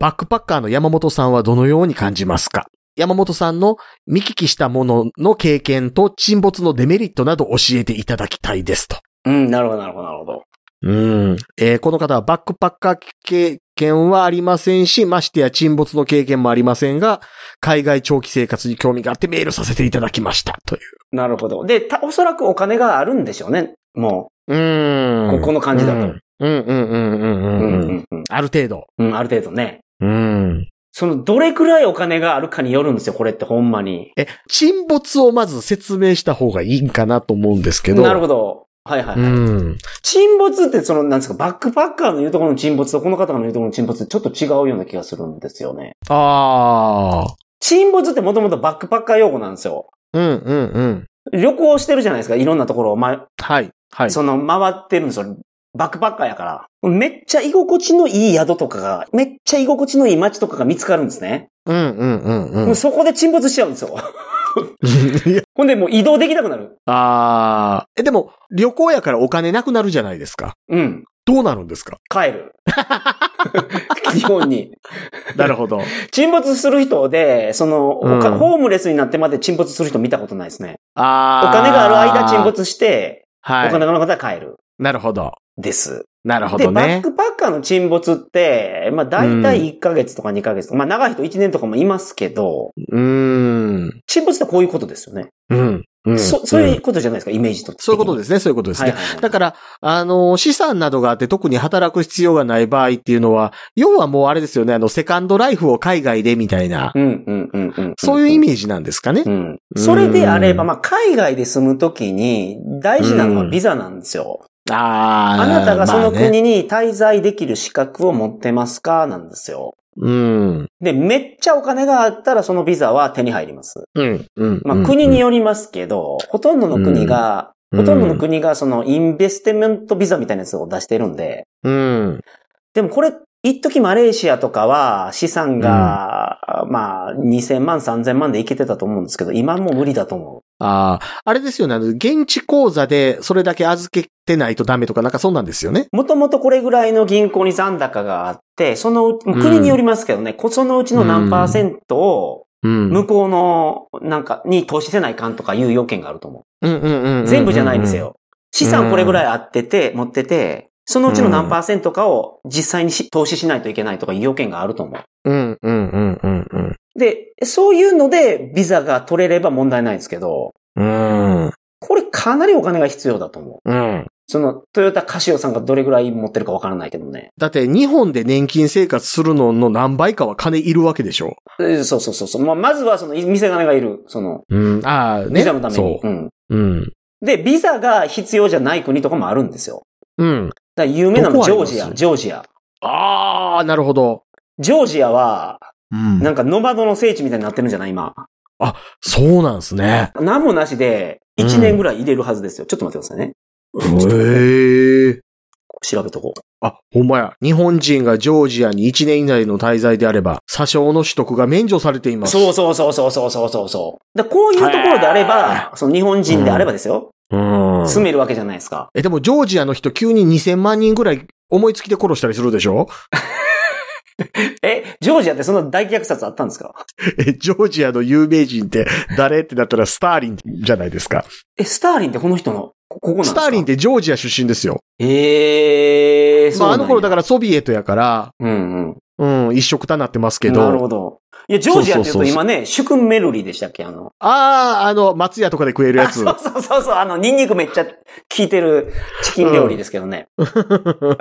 Speaker 1: バックパッカーの山本さんはどのように感じますか山本さんの見聞きしたものの経験と沈没のデメリットなど教えていただきたいですと。
Speaker 2: うん。うん、なるほど、なるほど、なるほど。
Speaker 1: うん。えーこの方はバックパッカー経験はありませんし、ましてや沈没の経験もありませんが、海外長期生活に興味があってメールさせていただきました。という。
Speaker 2: なるほど。で、たおそらくお金があるんでしょうね。もう、
Speaker 1: うん
Speaker 2: ここの感じだと。うん。
Speaker 1: うんうんうんうんう
Speaker 2: うん
Speaker 1: うん。
Speaker 2: んうん
Speaker 1: ある程度。
Speaker 2: うん、ある程度ね。
Speaker 1: うん。
Speaker 2: その、どれくらいお金があるかによるんですよ、これってほんまに。
Speaker 1: え、沈没をまず説明した方がいいんかなと思うんですけど。
Speaker 2: なるほど。はいはい、は
Speaker 1: う
Speaker 2: い
Speaker 1: ん。
Speaker 2: 沈没ってその、なんですか、バックパッカーの言うところの沈没とこの方の言うところの沈没ってちょっと違うような気がするんですよね。
Speaker 1: ああ。
Speaker 2: 沈没ってもともとバックパッカー用語なんですよ。
Speaker 1: うんうんうん。
Speaker 2: 旅行してるじゃないですか、いろんなところを、ま、
Speaker 1: はい。はい。
Speaker 2: その、回ってるんですよ。バックパッカーやから。めっちゃ居心地のいい宿とかが、めっちゃ居心地のいい街とかが見つかるんですね。
Speaker 1: うんうんうんう。
Speaker 2: もうんそこで沈没しちゃうんですよ。 ほんでもう移動できなくなる。
Speaker 1: ああ。え、でも、旅行やからお金なくなるじゃないですか。
Speaker 2: うん。
Speaker 1: どうなるんですか
Speaker 2: 帰る。基本に。
Speaker 1: なるほど。
Speaker 2: 沈没する人で、その、おか
Speaker 1: うん
Speaker 2: ホームレスになってまで沈没する人見たことないですね。お
Speaker 1: ああ。
Speaker 2: 金がある間沈。没して、
Speaker 1: はい。
Speaker 2: お金がなくなったら帰る。
Speaker 1: なるほど。
Speaker 2: です。
Speaker 1: なるほ
Speaker 2: で、
Speaker 1: ど
Speaker 2: バッ
Speaker 1: ね。
Speaker 2: クパッカーの沈没って、まあ大体1ヶ月とか2ヶ月とか、まあ長い人1年とかもいますけど、
Speaker 1: うーん。
Speaker 2: 沈没ってこういうことですよね。
Speaker 1: うん。うん。
Speaker 2: そ、そうい
Speaker 1: ん
Speaker 2: うことじゃないですか、イメージと。
Speaker 1: そういうことですすね。そういうことですね。
Speaker 2: はいはいはい
Speaker 1: だから、あの、資産などがあって特に働く必要がない場合っていうのは、要はもうあれですよね、あの、セカンドライフを海外でみたいな、
Speaker 2: うんうんうんうん。
Speaker 1: そういうイメージなんですかね。
Speaker 2: うん。それであれば、まあ、海外で住むときに大事なのはビザなんですよ。
Speaker 1: ああ。
Speaker 2: あなたがその
Speaker 1: まあね
Speaker 2: 国に滞在できる資格を持ってますかなんですよ。
Speaker 1: うん。
Speaker 2: で、めっちゃお金があったらそのビザは手に入ります。
Speaker 1: うん。うん。
Speaker 2: ま
Speaker 1: う
Speaker 2: あ、
Speaker 1: ん
Speaker 2: 国によりますけど、ほとんどの国が、ほとんどの。国がそのインベステメントビザみたいなやつを出してるんで、
Speaker 1: うん。
Speaker 2: でもこれ、一時マレーシアとかは資産が、まあ、2000万、3000万でいけてたと思うんですけど、今もう無理だと思う。
Speaker 1: ああ、あれですよね。あの、現地口座でそれだけ預けてないとダメとか、なんかそうなんですよね。
Speaker 2: もともとこれぐらいの銀行に残高があって、そのうち、もう国によりますけどね、こそのうちの何パーセントを
Speaker 1: うん
Speaker 2: 向こうのなんかに投資せないかんとかいう要件があると思
Speaker 1: うんうんうん
Speaker 2: う。全部じゃないんです。よ。資産これぐらいあってて、持ってて、そのうちの何パーセントかを実際にし投資しないといけないとかいう要件があると思う。
Speaker 1: うんうんうんうんうん。
Speaker 2: で、そういうのでビザが取れれば問題ないんですけど、
Speaker 1: うん。
Speaker 2: これかなりお金が必要だと思う。
Speaker 1: うん。
Speaker 2: その、トヨタカシオさんがどれぐらい持ってるかわからないけどね。
Speaker 1: だって、日本で年金生活するのの何倍かは金いるわけでしょ。
Speaker 2: えーそうそうそうそう。まあ、まずはその、い店金がいる。その、
Speaker 1: うん。ああ、ね。
Speaker 2: ビザのために
Speaker 1: そ。
Speaker 2: うん。
Speaker 1: う。うん。
Speaker 2: で、ビザが必要じゃない国とかもあるんですよ。
Speaker 1: うん。
Speaker 2: だから有名な
Speaker 1: どこあ
Speaker 2: のジ
Speaker 1: り
Speaker 2: ョー
Speaker 1: ます
Speaker 2: ジア、ジョージア。
Speaker 1: ああ、なるほど。
Speaker 2: ジョージアは、
Speaker 1: うん
Speaker 2: なんかノマドの聖地みたいになってるんじゃない今。
Speaker 1: そうなんですね。
Speaker 2: 何もなしで、
Speaker 1: うん
Speaker 2: 1年ぐらい入れるはずですよ。ちょっと待ってくださいね。
Speaker 1: へえ。
Speaker 2: 調べとこう。
Speaker 1: あ、ほんまや。日本人がジョージアに1年以内の滞在であれば、詐称の取得が免除されています。
Speaker 2: そうそうそうそうそうそうそうそう。だからこういうところであれば、その日本人であればですよ。
Speaker 1: うん。
Speaker 2: 住めるわけじゃないですか。
Speaker 1: え、でもジョージアの人急に2000万人ぐらい思いつきで殺したりするでしょ
Speaker 2: え、ジョージアってそんな大虐殺あったんですか
Speaker 1: え、ジョージアの有名人って誰ってなったらスターリンじゃないですか。
Speaker 2: え、スターリンってこの人の、こここなんです
Speaker 1: ス
Speaker 2: か
Speaker 1: ターリンってジョージア出身ですよ。
Speaker 2: ええー、
Speaker 1: まああの頃だ
Speaker 2: か
Speaker 1: からソビエトやから、
Speaker 2: ら。うんうん。
Speaker 1: うん、一色たなってますけど。
Speaker 2: なるほど。いや、ジョージアっていう
Speaker 1: そうそうそ
Speaker 2: と
Speaker 1: う
Speaker 2: 今ね、シュクンメルリでしたっけあの。
Speaker 1: ああ、あの、松屋とかで食えるや
Speaker 2: あ、
Speaker 1: つ。
Speaker 2: そうそうそうそう、あの、ニンニクめっちゃ効いてるチキン料理ですけどね。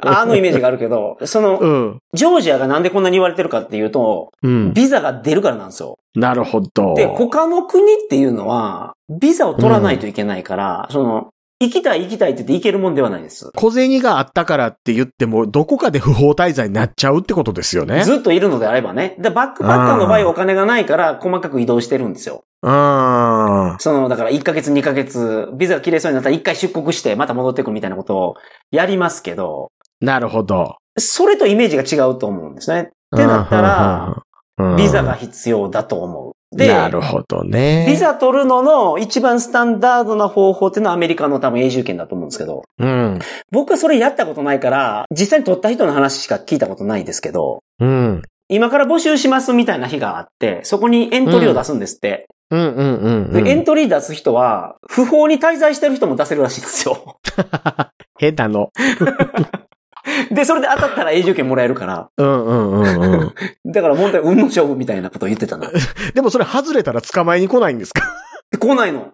Speaker 2: あのイメージがあるけど、その、
Speaker 1: うん。
Speaker 2: ジョージアがなんでこんなに言われてるかっていうと、
Speaker 1: うん。
Speaker 2: ビザが出るからなんですよ。
Speaker 1: なるほど。
Speaker 2: で、他の国っていうのは、ビザを取らないといけないから、その、行きたい行きたいって言って行けるもんではないです。
Speaker 1: 小銭があったからって言っても、どこかで不法滞在になっちゃうってことですよね。
Speaker 2: ずっといるのであればね。で、バックパッカーの場合お金がないから、細かく移動してるんですよ。
Speaker 1: うーん。
Speaker 2: その、だから1ヶ月2ヶ月、ビザが切れそうになったら1回出国して、また戻ってくるみたいなことをやりますけど、
Speaker 1: なるほど。
Speaker 2: それとイメージが違うと思うんですね。ってなったら、
Speaker 1: うん、うん
Speaker 2: ビザが必要だと思う。で、
Speaker 1: なるほどね。
Speaker 2: ビザ取るのの一番スタンダードな方法っていうのはアメリカの多分永住権だと思うんですけど、
Speaker 1: うん。
Speaker 2: 僕はそれやったことないから、実際に取った人の話しか聞いたことないですけど、
Speaker 1: うん。
Speaker 2: 今から募集しますみたいな日があって、そこにエントリーを出すんですって。
Speaker 1: うんうんうん、う
Speaker 2: で、エン
Speaker 1: ん。
Speaker 2: トリー出す人は、不法に滞在してる人も出せるらしいんですよ。
Speaker 1: 下手の。
Speaker 2: で、それで当たったら永住権もらえるから。
Speaker 1: うんうんうん うん。
Speaker 2: だから問題、運の勝負みたいなことを言ってたの。
Speaker 1: でもそれ外れたら捕まえに来ないんですか
Speaker 2: で来ないの。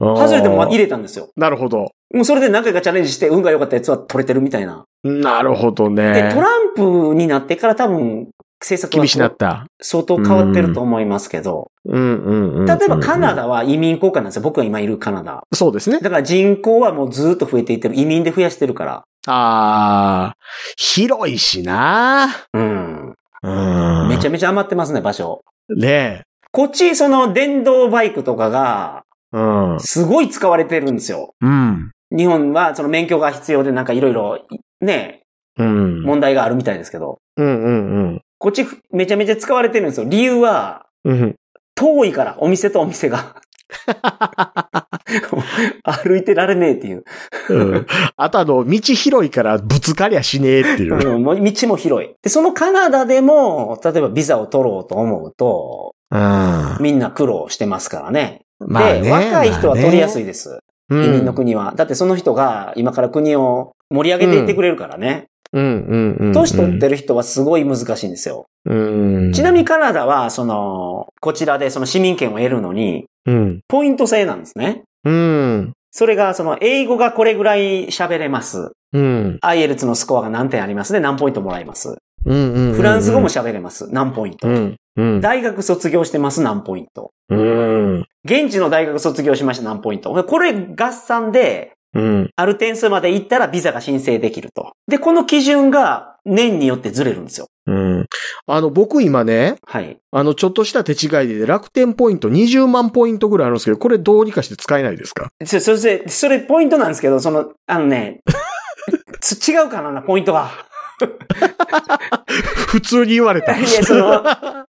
Speaker 2: 外れても入
Speaker 1: れ。
Speaker 2: れたんですよ。
Speaker 1: なるほど。
Speaker 2: もうそれで何回かチャレンジして、運が良かったやつは取れてるみたいな。
Speaker 1: なるほど
Speaker 2: で、
Speaker 1: ね
Speaker 2: ト。ランプになってから多分、政策
Speaker 1: 厳しな
Speaker 2: は
Speaker 1: った。
Speaker 2: 相当変わってると思いますけど、
Speaker 1: うんうんうん。
Speaker 2: 例えばカナ
Speaker 1: ダ。
Speaker 2: ダは移民交換なんですよ。僕が今いるカナダ。
Speaker 1: そうですね。
Speaker 2: だから人口はもうずっと増えていってる。移民で増やしてるから。
Speaker 1: あー、広いしな
Speaker 2: うん。
Speaker 1: うん。
Speaker 2: めち
Speaker 1: ゃ。
Speaker 2: ゃめちゃ余ってますね、場所。
Speaker 1: ね
Speaker 2: こっち、その電動バイクとかが、
Speaker 1: え。うん。
Speaker 2: すごい使われてるんですよ。
Speaker 1: うん。
Speaker 2: 日本はその免許が必要でなんかいろいろ、ね、
Speaker 1: うん。
Speaker 2: 問題があるみたいですけど。
Speaker 1: うんうん
Speaker 2: こっちめちゃめちゃ使われてるんですよ。理由は、
Speaker 1: うん。うん。
Speaker 2: 遠いから、お店とお店が。歩いてられねえっていう。
Speaker 1: うんあとあの、道広いからぶつかりゃしねえっていう。
Speaker 2: うんもう道も広い。で、そのカナダでも、例えばビザを取ろうと思うと、
Speaker 1: ま
Speaker 2: みんな苦労してますからね。
Speaker 1: あね
Speaker 2: で、若い人は取りやすいです。
Speaker 1: まあね
Speaker 2: 移民の国は。だってその人が今から国を盛り上げていってくれるからね。
Speaker 1: うんうんうんうん。
Speaker 2: 年取ってる人はすごい難しいんですよ。
Speaker 1: うん。
Speaker 2: ちなみにカナダは、その、こちらでその市民権を得るのに、
Speaker 1: うん。
Speaker 2: ポイント制なんですね。
Speaker 1: うん。
Speaker 2: それが、その、英語がこれぐらい喋れます。
Speaker 1: うん。
Speaker 2: IELTS のスコアが何点ありますで何ポイントもらえます。
Speaker 1: うんうん。
Speaker 2: フランス語も喋れます。何ポイント
Speaker 1: う。ん。うん。
Speaker 2: 大学卒業してます。何ポイント。
Speaker 1: うん。
Speaker 2: 現地の大学卒業しました。何ポイント。これ合算で、
Speaker 1: うん。
Speaker 2: ある点数まで行ったらビザが申請できると。で、この基準が年によってずれるんですよ。
Speaker 1: うん。あの、僕今ね、
Speaker 2: はい。
Speaker 1: あの、ちょっとした手違いで楽天ポイント20万ポイントぐらいあるんですけど、これどうにかして使えないですか
Speaker 2: そ、そして、それポイントなんですけど、その、あのね、 つ違うかな、ポイントが。
Speaker 1: 普通に言われた。
Speaker 2: いや、その、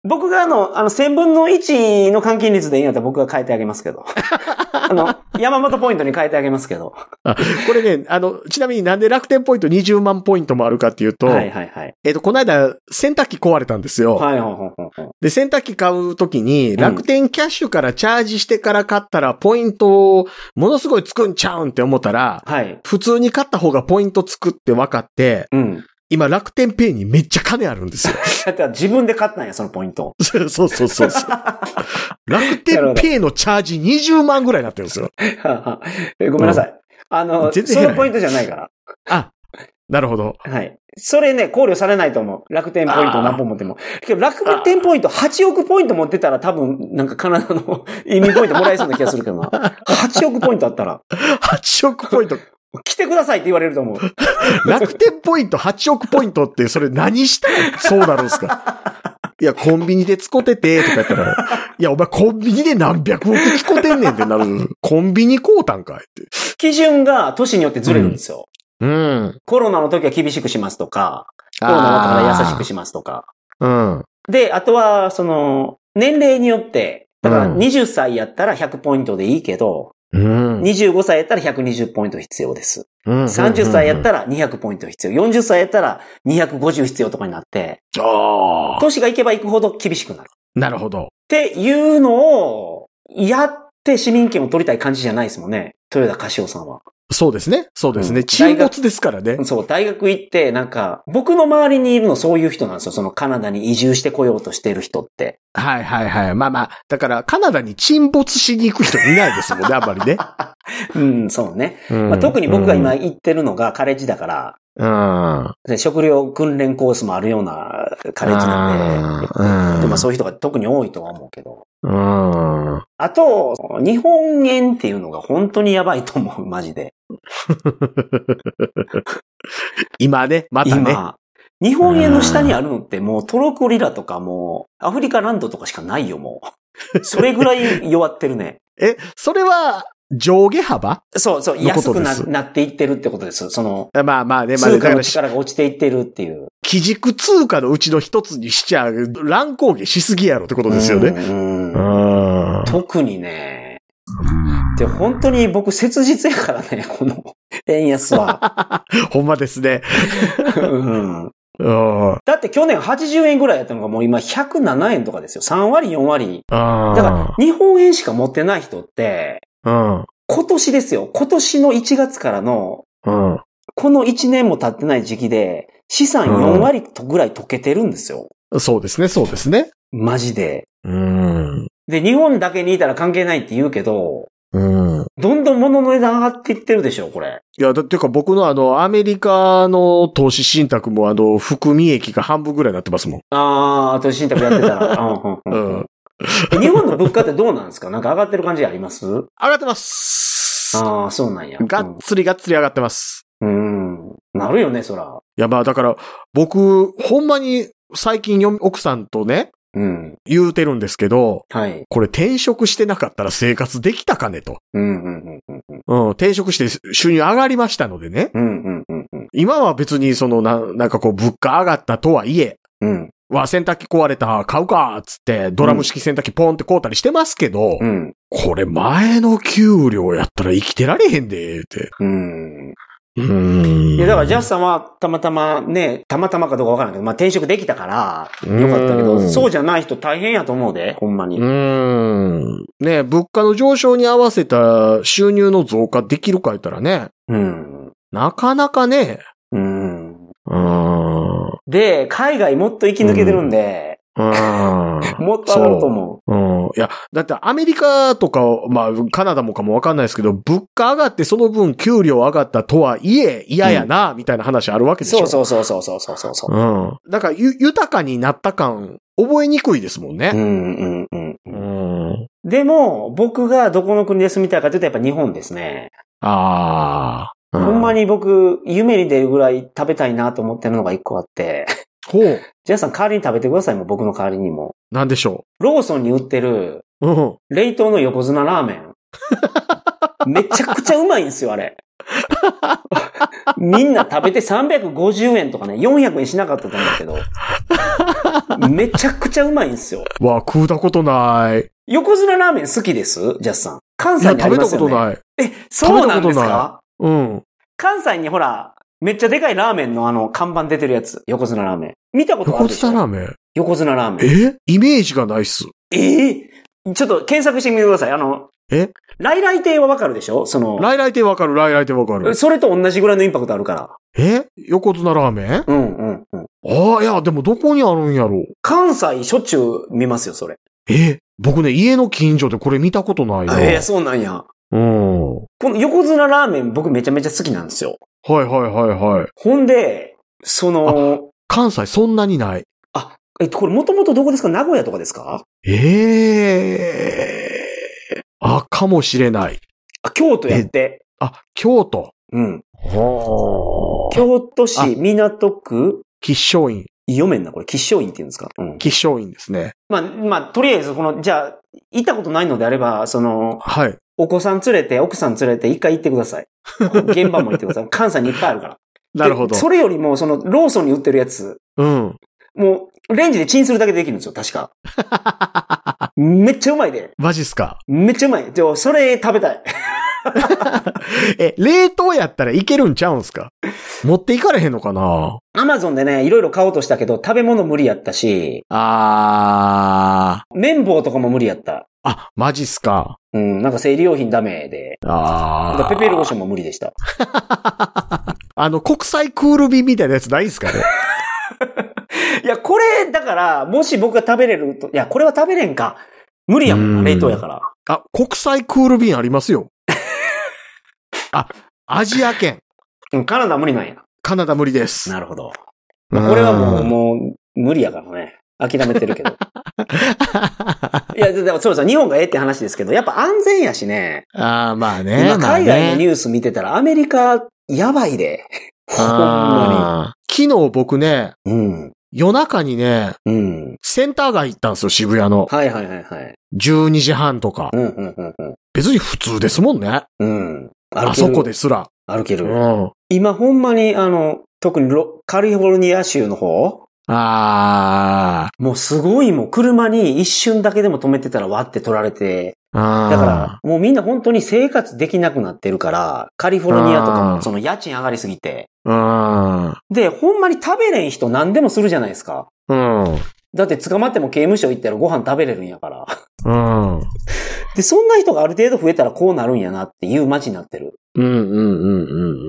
Speaker 2: 僕があの、あの、1000分の1の換金率でいいんだったら僕が変えてあげます けど。あの、山本ポイントに変えてあげますけど。
Speaker 1: これね、あの、ちなみになんで楽天ポイント20万ポイントもあるかっていうと、
Speaker 2: はいはいはい。
Speaker 1: えっと、この間、洗濯機壊れたんですよ。
Speaker 2: はいはいはいはい。
Speaker 1: で、洗濯機買うときに、
Speaker 2: ん
Speaker 1: 楽天キャッシュからチャージしてから買ったら、ポイントをものすごいつくんちゃうんって思ったら、
Speaker 2: はい。
Speaker 1: 普通に買った方がポイントつくって分かって、
Speaker 2: うん。
Speaker 1: 今楽天ペイにめっちゃ金あるんですよ。
Speaker 2: だって自分で買ったんや、そのポイント。
Speaker 1: そうそうそうそう。楽天ペイのチャージ20万ぐらいになってるんですよ。
Speaker 2: え ごめんなさい。あの、
Speaker 1: 全然
Speaker 2: そ
Speaker 1: 減らない
Speaker 2: のポイントじゃないから。
Speaker 1: あ、なるほど。
Speaker 2: はい。それね、考慮されないと思う。楽天ポイント何本持っ ても。けど楽天ポイント8億ポイント持ってたら多分、なんかカナダの移民ポイントもらえそうな気がするけどな。8億ポイントあったら、
Speaker 1: 8億ポイント。
Speaker 2: 来てくださいって言われると思う。
Speaker 1: 楽天ポイント8億ポイントって、それ何したらそうなるんですかいや、コンビニで使ってて、とか言ったら、いや、お前コンビニで何百億使ってんねんってなる。コンビニ買うたんかいって。
Speaker 2: 基準が都市によってずれるんですよ。
Speaker 1: うん。
Speaker 2: コロナの時は厳しくしますとか、コロナ終わったから優しくしますとか。
Speaker 1: うん。
Speaker 2: で、あとは、その、年齢によって、だか
Speaker 1: う
Speaker 2: ら
Speaker 1: ん
Speaker 2: 20歳やったら100ポイントでいいけど、
Speaker 1: うん。
Speaker 2: 25歳やったら120ポイント必要です。
Speaker 1: うん
Speaker 2: 30歳やっ
Speaker 1: ら。
Speaker 2: たら200ポイント必要。40歳やったら250必要とかになって、
Speaker 1: ああ。
Speaker 2: 都市が行けば行くほど厳しくなる。っ
Speaker 1: なるほど。
Speaker 2: ていうのを、やって市民権を取りたい感じじゃないですもんね。豊田カシオさんは。
Speaker 1: そうですね。そうですね。
Speaker 2: うん
Speaker 1: 沈没ですからね。
Speaker 2: そう、大学行って、なんか、僕の周りにいるのそういう人なんですよ。そのカナダに移住してこようとしてる人って。
Speaker 1: はいはいはい。まあまあ、だからカナダに沈没しに行く人いないです もんね、あんまりね。
Speaker 2: うん、そうね。
Speaker 1: ま
Speaker 2: まあ、特に僕が今行ってるのがカレッジだから、
Speaker 1: うん。
Speaker 2: で食料訓練コースもあるようなカレッジなんで、
Speaker 1: あーうん
Speaker 2: でまあそういう人が特に多いとは思うけど。
Speaker 1: うん。
Speaker 2: あと、日本円っていうのが本当にやばいと思う、 マジで。
Speaker 1: 今ね、またね。
Speaker 2: 今、日本円の下にあるのってもうトロコリラとかもう、アフリカランドとかしかないよ、もう。それぐらい弱ってるね。
Speaker 1: え、それは上下幅
Speaker 2: そうそう、
Speaker 1: のこ
Speaker 2: 安
Speaker 1: と
Speaker 2: く
Speaker 1: です
Speaker 2: ななっていってるってことです。その、
Speaker 1: まあまあね、まあね、だ
Speaker 2: 通貨
Speaker 1: か
Speaker 2: の
Speaker 1: ら
Speaker 2: 力が落ちていってるっていう。
Speaker 1: 基軸通貨のうちの一つにしちゃう、乱高下しすぎやろってことですよね。
Speaker 2: うん
Speaker 1: うん。
Speaker 2: 特にね。で、本当に僕切実やからね、 この円安 は。
Speaker 1: ほんまですね。
Speaker 2: うん
Speaker 1: うん。
Speaker 2: だって去年80円ぐらいやったのがもう今107円とかですよ。3割、4割。だから
Speaker 1: だ
Speaker 2: 日本円しか持ってない人って、
Speaker 1: ら、
Speaker 2: 今年ですよ。今年の1月からの、
Speaker 1: うん。うん。
Speaker 2: この1年も経ってない時期で、資産4割とぐらい溶けてるんですよ。
Speaker 1: そうですね、そうですね。
Speaker 2: マジで。
Speaker 1: うん。
Speaker 2: で、日本だけにいたら関係ないって言うけど、
Speaker 1: うん。
Speaker 2: どんどん物の値段上がっていってるでしょ、これ。
Speaker 1: いや、だっていうか僕のあの、アメリカの投資信託もあの、含み益が半分ぐらいになってますもん。
Speaker 2: あー、投資信託やってた ら。うんうんうん日本の物価ってどうなんですかなんか上がってる感じあります
Speaker 1: 上がってます。
Speaker 2: ああ、そうなんや。
Speaker 1: がっつりがっつり上がってます。
Speaker 2: うん。うんなるよね、そら。
Speaker 1: いや、まあだから、僕、ほんまに最近よ奥さんとね、
Speaker 2: うん。
Speaker 1: 言うてるんですけど、
Speaker 2: はい。
Speaker 1: これ転職してなかったら生活できたかねと。
Speaker 2: うんうんうんうんうん。
Speaker 1: うん、転職して収入上がりましたのでね。
Speaker 2: うんうんうんうん。
Speaker 1: 今は別にそのな、なんかこう物価上がったとはいえ、
Speaker 2: うん。
Speaker 1: わ、洗濯機壊れた、買うか、つって、ドラム式洗濯機ポンって買うたりしてますけど、
Speaker 2: うん。
Speaker 1: これ前の給料やったら生きてられへんで、って。
Speaker 2: うん。
Speaker 1: うん
Speaker 2: いや、だから、ジャスさんは、たまたまね、たまたまかどうかわからないけど、まあ、転職できたから、よかったけど、そうじゃない人大変やと思うで、ほんまに。
Speaker 1: うーん。ねえ物価の上昇に合わせた収入の増加できるか言ったらね、
Speaker 2: うん。
Speaker 1: なかなかね、
Speaker 2: うん。
Speaker 1: うー ん。う
Speaker 2: で、海外もっと息抜けてるんで、
Speaker 1: ーん。
Speaker 2: もっと上がると思う。
Speaker 1: うん。いや、だってアメリカとか、まあ、カナダもかもわかんないですけど、物価上がってその分給料上がったとはいえ、嫌やな、みたいな話あるわけでしょ。。
Speaker 2: そうそうそうそうそうそうそうそう
Speaker 1: うん。だから、ゆ、豊かになった感、覚えにくいですもん
Speaker 2: う。う
Speaker 1: ね。
Speaker 2: んうんうん。
Speaker 1: うん。
Speaker 2: でも、僕がどこの国で住みたいかというとやっぱ日本ですね。
Speaker 1: ああ。
Speaker 2: ほんま
Speaker 1: に。
Speaker 2: に僕、夢に出るぐらい食べたいなと思ってるのが一個あって。
Speaker 1: ほう。
Speaker 2: ジャスさん代わりに食べてくださいもう僕の代わりにも。
Speaker 1: なんでしょ
Speaker 2: ローソンに売ってる、
Speaker 1: う。うん。
Speaker 2: 冷凍の横綱ラーメ ン。めちゃくちゃうまいんですよ、あれ。みんな食べて350円とかね、400円しなかったと思うけど。めちゃくちゃうまいんですよ。
Speaker 1: わ、食うたことない。
Speaker 2: 横綱ラーメン好きですジャスさん。関
Speaker 1: い
Speaker 2: 西
Speaker 1: や、
Speaker 2: にあ
Speaker 1: 食
Speaker 2: り
Speaker 1: べ
Speaker 2: ま
Speaker 1: た
Speaker 2: す
Speaker 1: こ
Speaker 2: よ、ね、
Speaker 1: とない。
Speaker 2: え、そうなん
Speaker 1: 食
Speaker 2: です
Speaker 1: べたこと
Speaker 2: か
Speaker 1: うん。
Speaker 2: 関西にほら、めっちゃでかいラーメンのあの、看板出てるやつ。横綱ラーメン。見たことあ
Speaker 1: 横
Speaker 2: るでしょ
Speaker 1: 綱ラーメン。
Speaker 2: 横綱ラーメン。
Speaker 1: えイメージがないっす。
Speaker 2: ええちょっと検索してみてください。あの、
Speaker 1: え
Speaker 2: 来来亭はわかるでしょその、
Speaker 1: 来来亭わかる、来来亭わかる。
Speaker 2: それと同じぐらいのインパクトあるから。
Speaker 1: え横綱ラーメンあ
Speaker 2: うんうんうん。
Speaker 1: あ、いや、でもどこにあるんやろう。
Speaker 2: 関西しょっちゅう見ますよ、それ。
Speaker 1: え僕ね、家の近所でこれ見たことないな。
Speaker 2: ええそうなんや。
Speaker 1: うん。
Speaker 2: この横綱ラーメン僕めちゃめちゃ好きなんですよ。
Speaker 1: はいはいはいはい。
Speaker 2: ほんで、その、
Speaker 1: 関西そんなにない。
Speaker 2: あ、えっと、これもともとどこですか名古屋とかですか
Speaker 1: ええあ、かもしれない。
Speaker 2: あ、京都やって。
Speaker 1: あ、京都。
Speaker 2: うん。
Speaker 1: はあ。
Speaker 2: 京都
Speaker 1: あ
Speaker 2: 市港区、
Speaker 1: 吉祥院。
Speaker 2: 読めんな、これ、吉祥院って言うんですか、うん、
Speaker 1: 吉祥院ですね。
Speaker 2: まあ、まあ、とりあえず、この、じゃあ、行ったことないのであれば、その、
Speaker 1: はい。
Speaker 2: お子さん連れて、奥さん連れて、一回行ってくだ さい。現場も行ってください。関西にいっぱいあるから。
Speaker 1: なるほど
Speaker 2: で。それよりも、その、ローソンに売ってるやつ、
Speaker 1: うん。
Speaker 2: もう、レンジでチンするだけでできるんですよ、確か。 めっちゃうまいで。
Speaker 1: マジっすか。
Speaker 2: めっちゃうまい。でも、それ食べたい。
Speaker 1: え、冷凍やったらいけるんちゃうんすか持っていかれへんのかな
Speaker 2: アマゾンでね、いろいろ買おうとしたけど、食べ物無理やったし、
Speaker 1: あ
Speaker 2: 綿棒とかも無理やった。
Speaker 1: あ、マジっすか。
Speaker 2: うん、なんか生理用品ダメで。なん
Speaker 1: あ
Speaker 2: かペペローションも無理でした。
Speaker 1: あの、国際クール便みたいなやつないんすか ね。
Speaker 2: いや、これ、だから、もし僕が食べれると、いや、これは食べれんか。無理やもん
Speaker 1: うん
Speaker 2: な、冷凍やから。
Speaker 1: あ、国際クール便あります よ。あ、アジア圏。
Speaker 2: うん、カナダ無理なんや。
Speaker 1: カナダ無理です。
Speaker 2: なるほど。
Speaker 1: こ
Speaker 2: これはもう、もう、無理やからね。諦めてる けど。いや、ででもそうそう、日本がええって話ですけど、やっぱ安全やしね。
Speaker 1: ああ、まあね。
Speaker 2: 今、海外のニ
Speaker 1: ュー
Speaker 2: ュース見てたら、アメリカ、やばい で。
Speaker 1: ス、
Speaker 2: ほんま
Speaker 1: あー昨日僕ね、
Speaker 2: に。うん。
Speaker 1: 夜中にね、
Speaker 2: うん。
Speaker 1: センター街行ったんですよ、渋谷の。
Speaker 2: はいはいはいはい。
Speaker 1: 12時半とか
Speaker 2: う。ん、うん、うん、うん。
Speaker 1: 別に普通ですもんね。
Speaker 2: うん。
Speaker 1: あ
Speaker 2: 歩ける
Speaker 1: そこですら。
Speaker 2: 歩け
Speaker 1: う
Speaker 2: る。
Speaker 1: ん。
Speaker 2: 今、ほんまに、あの、特にロカリフォルニア州の方
Speaker 1: あー
Speaker 2: もうすごいもう車に一瞬だけでも止めてたらわって取られて、
Speaker 1: あー。
Speaker 2: だからもうみんな本当に生活できなくなってるから、カリフォルニアとか
Speaker 1: あー
Speaker 2: もその家賃上がりすぎて。
Speaker 1: ら、
Speaker 2: で、ほんまに食べれん人何でもするじゃないですか。
Speaker 1: うん。うん。
Speaker 2: だって捕まっても刑務所行ったらご飯食べれるんやから。
Speaker 1: うん。
Speaker 2: で、そんな人がある程度増えたらこうなるんやなっていう街になってる。
Speaker 1: うんうんうんうん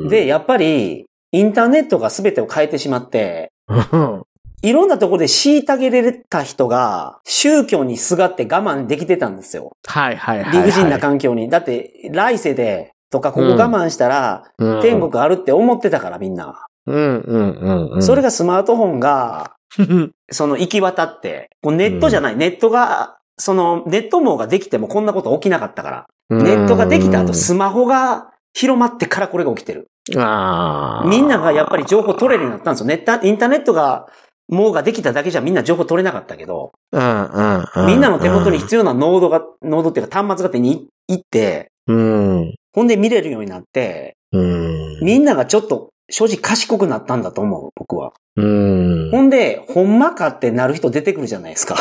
Speaker 1: うん。
Speaker 2: で、やっぱり、インターネットが全てを変えてしまって、
Speaker 1: うん、
Speaker 2: いろんなところで虐げられた人が、宗教にすがって我慢できてたんですよ。
Speaker 1: はいはいはい、はい。
Speaker 2: 理不尽な環境に。だって、来世で、とか、ここ我慢したら、
Speaker 1: うん
Speaker 2: 天。国あるって思ってたから、みんな。
Speaker 1: うんうんうんうん。
Speaker 2: それがスマートフォンが、
Speaker 1: うん、
Speaker 2: その行き渡って、こうネットじゃない、ネットが、その、ネット網ができてもこんなこと起きなかったから。ネットができた後、スマホが広まってからこれが起きてる。
Speaker 1: あー
Speaker 2: みんながやっぱり情報取れるようになったんですよ。ネット、インターネットが、網ができただけじゃみんな情報取れなかったけど、
Speaker 1: うんうんうん。
Speaker 2: みんなの手元に必要なノードが、ノードっていうか端末が手にいって、
Speaker 1: うん。
Speaker 2: ほんで見れるようになって、
Speaker 1: うん。
Speaker 2: みんながちょっと正直賢くなったんだと思う、僕は。
Speaker 1: うん。
Speaker 2: ほんで、ほんまかってなる人出てくるじゃないですか。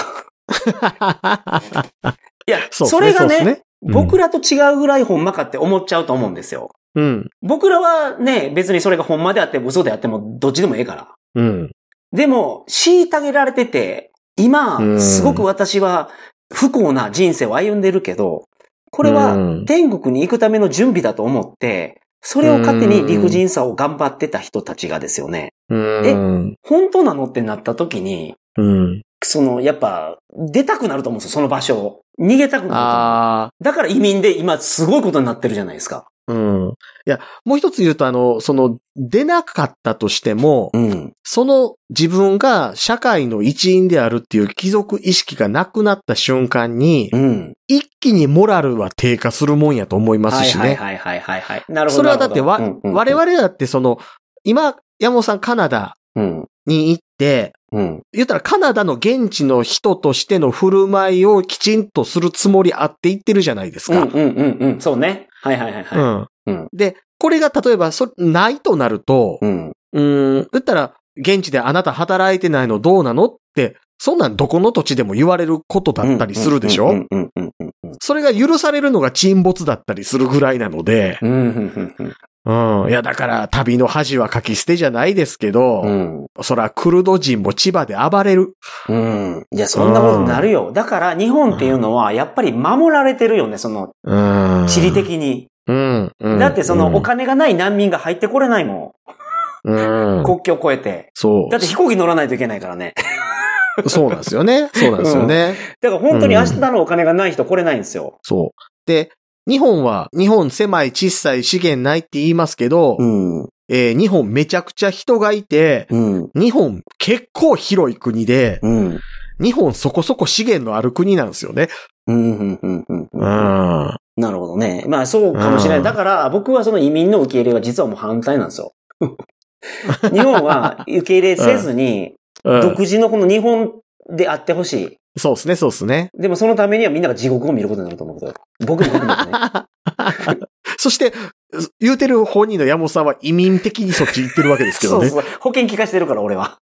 Speaker 2: いや、
Speaker 1: うっす
Speaker 2: そ
Speaker 1: ね
Speaker 2: れが
Speaker 1: うっす
Speaker 2: ね、
Speaker 1: うん
Speaker 2: 僕らと違うぐらいほんまかって思っちゃうと思うんですよ。
Speaker 1: うん。
Speaker 2: 僕らはね、別にそれがほんまであっても嘘であってもどっちでもええから。
Speaker 1: うん。
Speaker 2: でも、虐げられてて、
Speaker 1: う
Speaker 2: 今、
Speaker 1: ん
Speaker 2: すごく私は不幸な人生を歩んでるけど、これは
Speaker 1: うん
Speaker 2: 天国に行くための準備だと思って、それを糧に理不尽さを頑張ってた人たちがですよね。
Speaker 1: うん。
Speaker 2: 本当なのってなった時に、
Speaker 1: うん。
Speaker 2: その、やっぱ、出たくなると思うんですよ、その場所を。逃げたくなると思
Speaker 1: あ
Speaker 2: う。だから移民で今すごいことになってるじゃないですか。
Speaker 1: あ。うん。いや、もう一つ言うと、あの、その、出なかったとしても、
Speaker 2: うん。
Speaker 1: その自分が社会の一員であるっていう貴族意識がなくなった瞬間に、
Speaker 2: うん。
Speaker 1: 一気にモラルは低下するもんやと思いますしね。
Speaker 2: はいはいはいはいはい。なるほ
Speaker 1: そ
Speaker 2: ど。
Speaker 1: れはだってわ
Speaker 2: なるほど
Speaker 1: 我、々だってその、今、山本さんカナダ
Speaker 2: うんうん
Speaker 1: に行って、
Speaker 2: うん。
Speaker 1: 言ったらカナダの現地の人としての振る舞いをきちんとするつもりあって言ってるじゃないです
Speaker 2: うん
Speaker 1: か。
Speaker 2: うんうんうん。そうね。はいはいはいは
Speaker 1: うん
Speaker 2: うん
Speaker 1: で、これが例えばそ、ないとなると
Speaker 2: い。、うん。
Speaker 1: うん、言ったら、現地であなた働いてないのどうなのって、そんなんどこの土地でも言われることだったりするでし
Speaker 2: う
Speaker 1: ょ
Speaker 2: んうんうんうんうん。
Speaker 1: それが許されるのが沈没だったりするぐらいなので、
Speaker 2: うんうんうん
Speaker 1: うん。いや、だから、旅の恥はかき捨てじゃないですけど、
Speaker 2: うん。
Speaker 1: そら、クルド人も千葉で暴れる。
Speaker 2: うん。うん。いや、そんなことになるよ。だから日本っていうのは、やっぱり守られてるよね、その、
Speaker 1: うん
Speaker 2: 地理。的に。
Speaker 1: うん。うん
Speaker 2: だってそのお
Speaker 1: か、
Speaker 2: 金がない難民が入ってこれないも
Speaker 1: うん
Speaker 2: ん。。国境越えて。
Speaker 1: そう。
Speaker 2: だって飛行機乗らないといけないからね。
Speaker 1: そう なんですよね。そうなんですよね。
Speaker 2: だから本当に明日のお金がない人来れないんですよ。
Speaker 1: そう。で、日本は、日本狭い小さい資源ないって言いますけど、
Speaker 2: ん。
Speaker 1: えー日本めちゃくちゃ人がいて、
Speaker 2: うん。
Speaker 1: 日本結構広い国で、
Speaker 2: うん。
Speaker 1: 日本そこそこ資源のある国なんですよね。
Speaker 2: うん、うん、うん、うん
Speaker 1: う
Speaker 2: う
Speaker 1: ん。
Speaker 2: ん。なるほどね。まあそうかもしれな
Speaker 1: う
Speaker 2: い。
Speaker 1: ん
Speaker 2: だから僕はその移民の受け入れは実はもう反対なんですよ。 日本は受け入れせずに、
Speaker 1: うん
Speaker 2: 独自のこの日本であってほしい。
Speaker 1: そうですね、そうですね。
Speaker 2: でもそのためにはみんなが地獄を見ることになると思うけど。僕も僕も ね。
Speaker 1: そして、言うてる本人の山本さんは移民的にそっち行ってるわけですけ
Speaker 2: そ
Speaker 1: ど
Speaker 2: う
Speaker 1: ね。
Speaker 2: そう。保険聞かしてるから、俺 は。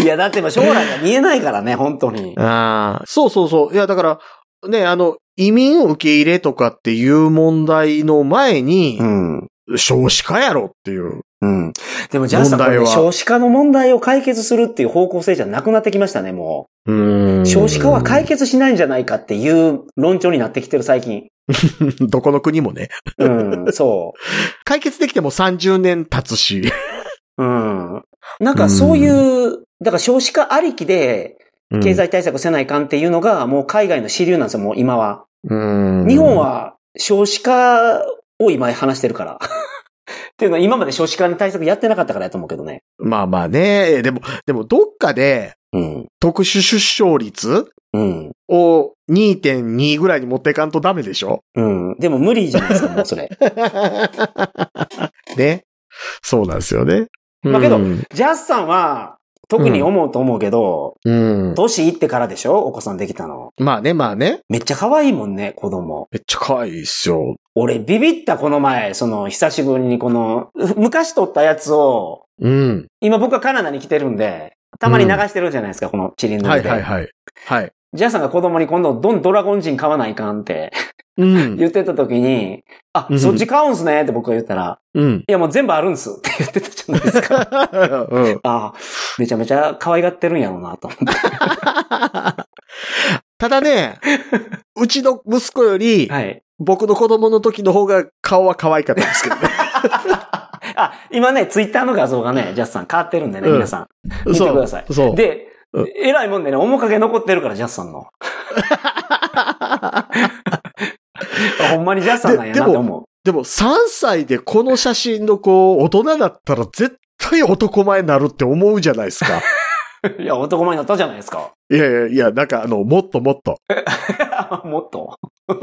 Speaker 2: いや、だってまあ将来が見えないからね、本当に。
Speaker 1: ああ、そうそうそう。いや、だから、ね、あの、移民を受け入れとかっていう問題の前に、
Speaker 2: ん。
Speaker 1: 少子化やろっていう。
Speaker 2: うん。でも、ジャンさん、これね
Speaker 1: 問題は
Speaker 2: 少子化の問題を解決するっていう方向性じゃなくなってきましたね、も
Speaker 1: う
Speaker 2: う。少子化は解
Speaker 1: 決。
Speaker 2: 決しないんじゃないかっていう論調になってきてる、最近。
Speaker 1: どこの国もね。
Speaker 2: うん、そ
Speaker 1: 解決できても30年経つし。
Speaker 2: う。うん。なんか、そういう、だから少子化ありきで、経済対策せないかんっていうのが、もう海外の主流なんですよ、もう今は。
Speaker 1: うん。
Speaker 2: 日本は少子化を今話して るから。っていうのは今まで少子化の対策やってなかったからやと思うけどね。
Speaker 1: まあまあね。でも、でもどっかで
Speaker 2: うん。
Speaker 1: 特殊出生率
Speaker 2: うん。
Speaker 1: を2.2ぐらいに持っていかんとダメでしょ
Speaker 2: うん。でも無理じゃないですか、もうそれ。
Speaker 1: ね。そうなんですよね。
Speaker 2: まあけど
Speaker 1: うん。
Speaker 2: ジャスさんは、特に思うと思うけど、
Speaker 1: うん
Speaker 2: 年いってからでしょお子さんできたの。
Speaker 1: まあね、まあね。
Speaker 2: めっちゃ可愛いもんね、子供。
Speaker 1: めっちゃ可愛いっすよ。
Speaker 2: 俺、ビビったこの前、その、久しぶりにこの、昔撮ったやつを、
Speaker 1: うん。
Speaker 2: 今僕はカナダに来てるんで、たまに流してるじゃないですか、このチリンド
Speaker 1: は
Speaker 2: ル
Speaker 1: い
Speaker 2: で。
Speaker 1: はいはい。はい。
Speaker 2: ジャスさんが子供に今度、どんドラゴン人買わないかんって。
Speaker 1: うん。
Speaker 2: 言ってた時に、あ
Speaker 1: う、ん
Speaker 2: そっち買うんすねって僕が言ったら、
Speaker 1: うん。
Speaker 2: いやもう全部あるんすって言ってたじゃないです か。
Speaker 1: うん
Speaker 2: あめちゃめちゃ可愛がってるんやろうなと思って。
Speaker 1: ただね、うちの息子より、
Speaker 2: はい。
Speaker 1: 僕の子供の時の方が顔は可愛かったですけどね。
Speaker 2: あ、今ね、ツイッターの画像がね、ジャスさん変わってるんでね、
Speaker 1: うん
Speaker 2: 皆さん。見 て
Speaker 1: そう
Speaker 2: ください。
Speaker 1: そう。
Speaker 2: で
Speaker 1: うん、
Speaker 2: えらいもんでね、面影残ってるから、ジャスさ んの。あほんまにジャスさんなんやなと思う。
Speaker 1: でも3歳でこの写真の子、大人だったら絶対男前になるって思うじゃないです か。
Speaker 2: いや、男前になったじゃないですか。
Speaker 1: いやいやいや、なんかあの、もっともっと。
Speaker 2: もっと。
Speaker 1: うん、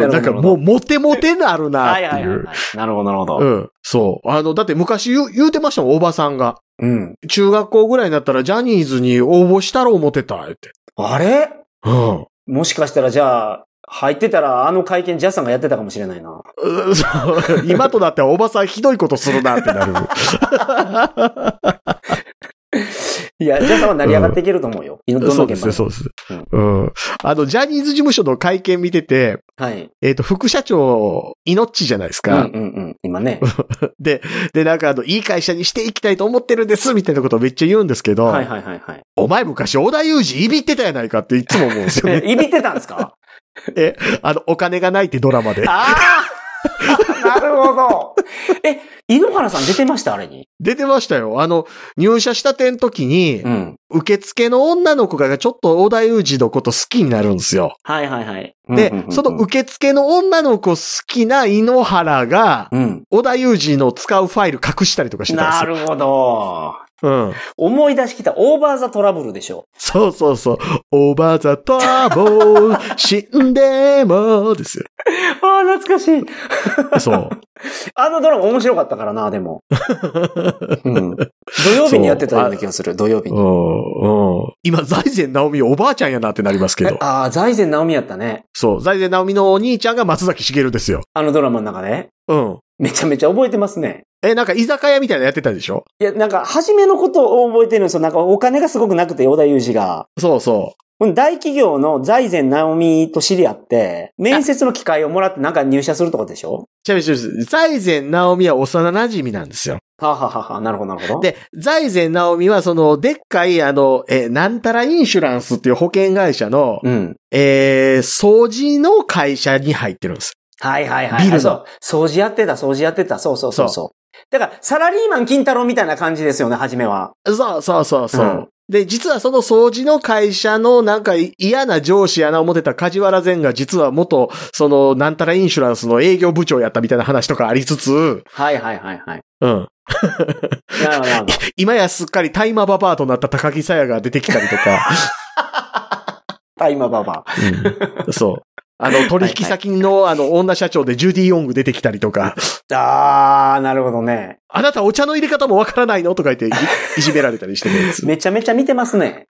Speaker 2: な
Speaker 1: な
Speaker 2: るほど
Speaker 1: んかもうモテモテなるなっ
Speaker 2: は
Speaker 1: て
Speaker 2: いはい
Speaker 1: い
Speaker 2: はい
Speaker 1: う
Speaker 2: はい。。なるほど、なるほ
Speaker 1: う
Speaker 2: ど。
Speaker 1: ん。そう。あの、だって昔言う言うてましたもん、おばさんが。
Speaker 2: うん。
Speaker 1: 中学校ぐらいになったらジャニーズに応募したろ思ってた、って。
Speaker 2: あれ
Speaker 1: うん。
Speaker 2: もしかしたらじゃあ、入ってたらあの会見ジャスさんがやってたかもしれないな。
Speaker 1: うんそう今となってはおばさんひどいことするなって なる。
Speaker 2: いや、ジャスさんは成り上がっていけると思うよ。どん
Speaker 1: そ
Speaker 2: な
Speaker 1: うですね、
Speaker 2: 現場でも
Speaker 1: そうですね。うん。あの、ジャニーズ事務所の会見見てて、
Speaker 2: はい。
Speaker 1: えっ、と、副社長、イノッチじゃないです
Speaker 2: うん
Speaker 1: か。
Speaker 2: うんうん。今ね。
Speaker 1: で、で、なんかあの、いい会社にしていきたいと思ってるんです、みたいなことをめっちゃ言うんですけど、
Speaker 2: はいはいはいはい。
Speaker 1: お前昔、小田裕二いびってたやないかっていつも思うんですよね。
Speaker 2: え、いびってたんですか
Speaker 1: あの、お金がないってドラマで。
Speaker 2: ああ なるほど。え、井ノ原さん出てましたあれに。
Speaker 1: 出てましたよ。あの、入社したての時に
Speaker 2: う、ん。
Speaker 1: 受付の女の子がちょっと小田裕二のこと好きになるんですよ。
Speaker 2: はいはいはい。
Speaker 1: で
Speaker 2: うんうんうんう、ん
Speaker 1: その受付の女の子好きな井ノ原が、
Speaker 2: うん。
Speaker 1: 小田裕二の使うファイル隠したりとかしてた
Speaker 2: なん
Speaker 1: で
Speaker 2: るほど。
Speaker 1: すよ。うん。
Speaker 2: 思い出してきたオーバーザトラブルでしょ。
Speaker 1: そうそうそう。オーバーザトラボー、死んでも、ですよ。
Speaker 2: ああ、懐かしい。
Speaker 1: そう。
Speaker 2: あのドラマ面白かったからな、でも。うん、土曜日にやってたような気がする、土曜日
Speaker 1: う
Speaker 2: に。
Speaker 1: んうん今、財前直美おばあちゃんやなってなりますけど。
Speaker 2: ああ、財前直美やったね。
Speaker 1: そう。財前直美のお兄ちゃんが松崎しげるですよ。
Speaker 2: あのドラマの中で。
Speaker 1: うん。
Speaker 2: めちゃめちゃ覚えてますね。
Speaker 1: え、なんか居酒屋みたいなのやってたでしょ
Speaker 2: いや、なんか、初めのことを覚えてるんですよ。なんか、お金がすごくなくて、小田裕二が。
Speaker 1: そうそ
Speaker 2: ほんで大企業の財前直美と知り合って、面接の機会をもらってなんか入社するとかでし
Speaker 1: う。
Speaker 2: ょ
Speaker 1: ちなみにちなみに、財前直美は幼馴染みなんですよ。
Speaker 2: はあ、はあはあはあ、なるほど、なるほど。
Speaker 1: で、財前直美はその、でっかい、あの、え、なんたらインシュランスっていう保険会社の、
Speaker 2: うん。
Speaker 1: えー、掃除の会社に入ってるんです。
Speaker 2: はいはいはい。
Speaker 1: ビルの
Speaker 2: あそう。掃除やってた、掃除やってた。そうそうそうそう。だから、サラリーマン金太郎みたいな感じですよね、初めは。
Speaker 1: そうそうそうそう。
Speaker 2: うん
Speaker 1: で、実はその掃除の会社のなんかい嫌な上司やな思ってた梶原善が実は元、そのなんたらインシュランスの営業部長やったみたいな話とかありつつ、
Speaker 2: はいはいはいはい。
Speaker 1: うん。
Speaker 2: なるほど、 なるほど。
Speaker 1: 今やすっかりタイマーババアとなった高木さやが出てきたりとか、
Speaker 2: タイマーババ
Speaker 1: うん そう。あの、取引先の、あの、女社長でジュディ・ヨング出てきたりとか、
Speaker 2: ア。あー、なるほどね。
Speaker 1: あなたお茶の入れ方もわからないのとか言っていいじめられたりしてるやつ。
Speaker 2: めちゃめちゃ見てます ね。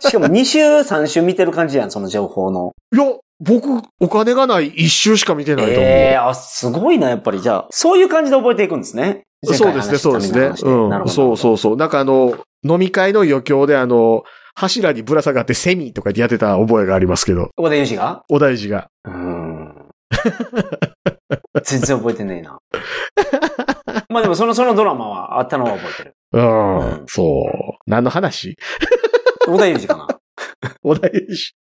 Speaker 2: しかも2週、3週見てる感じやん、その情報の。
Speaker 1: いや、僕、お金がない一周しか見てないと思う。
Speaker 2: ええー、あ、すごいな、やっぱり。じゃあ、そういう感じで覚えていくんですね。
Speaker 1: そうですね、そうですね。
Speaker 2: なる
Speaker 1: うん。
Speaker 2: ほど。
Speaker 1: そう
Speaker 2: う。
Speaker 1: そうそう。なんかあの、飲み会の余興であの、柱にぶら下がってセミとかでやってた覚えがありますけど、
Speaker 2: 小田裕二が
Speaker 1: お大事が。
Speaker 2: うーん。全然覚えてねえな。 まあでもその、そのドラマはあったのは覚えてる。
Speaker 1: うん。そう。何の話
Speaker 2: 小田裕二かな。
Speaker 1: お題し。い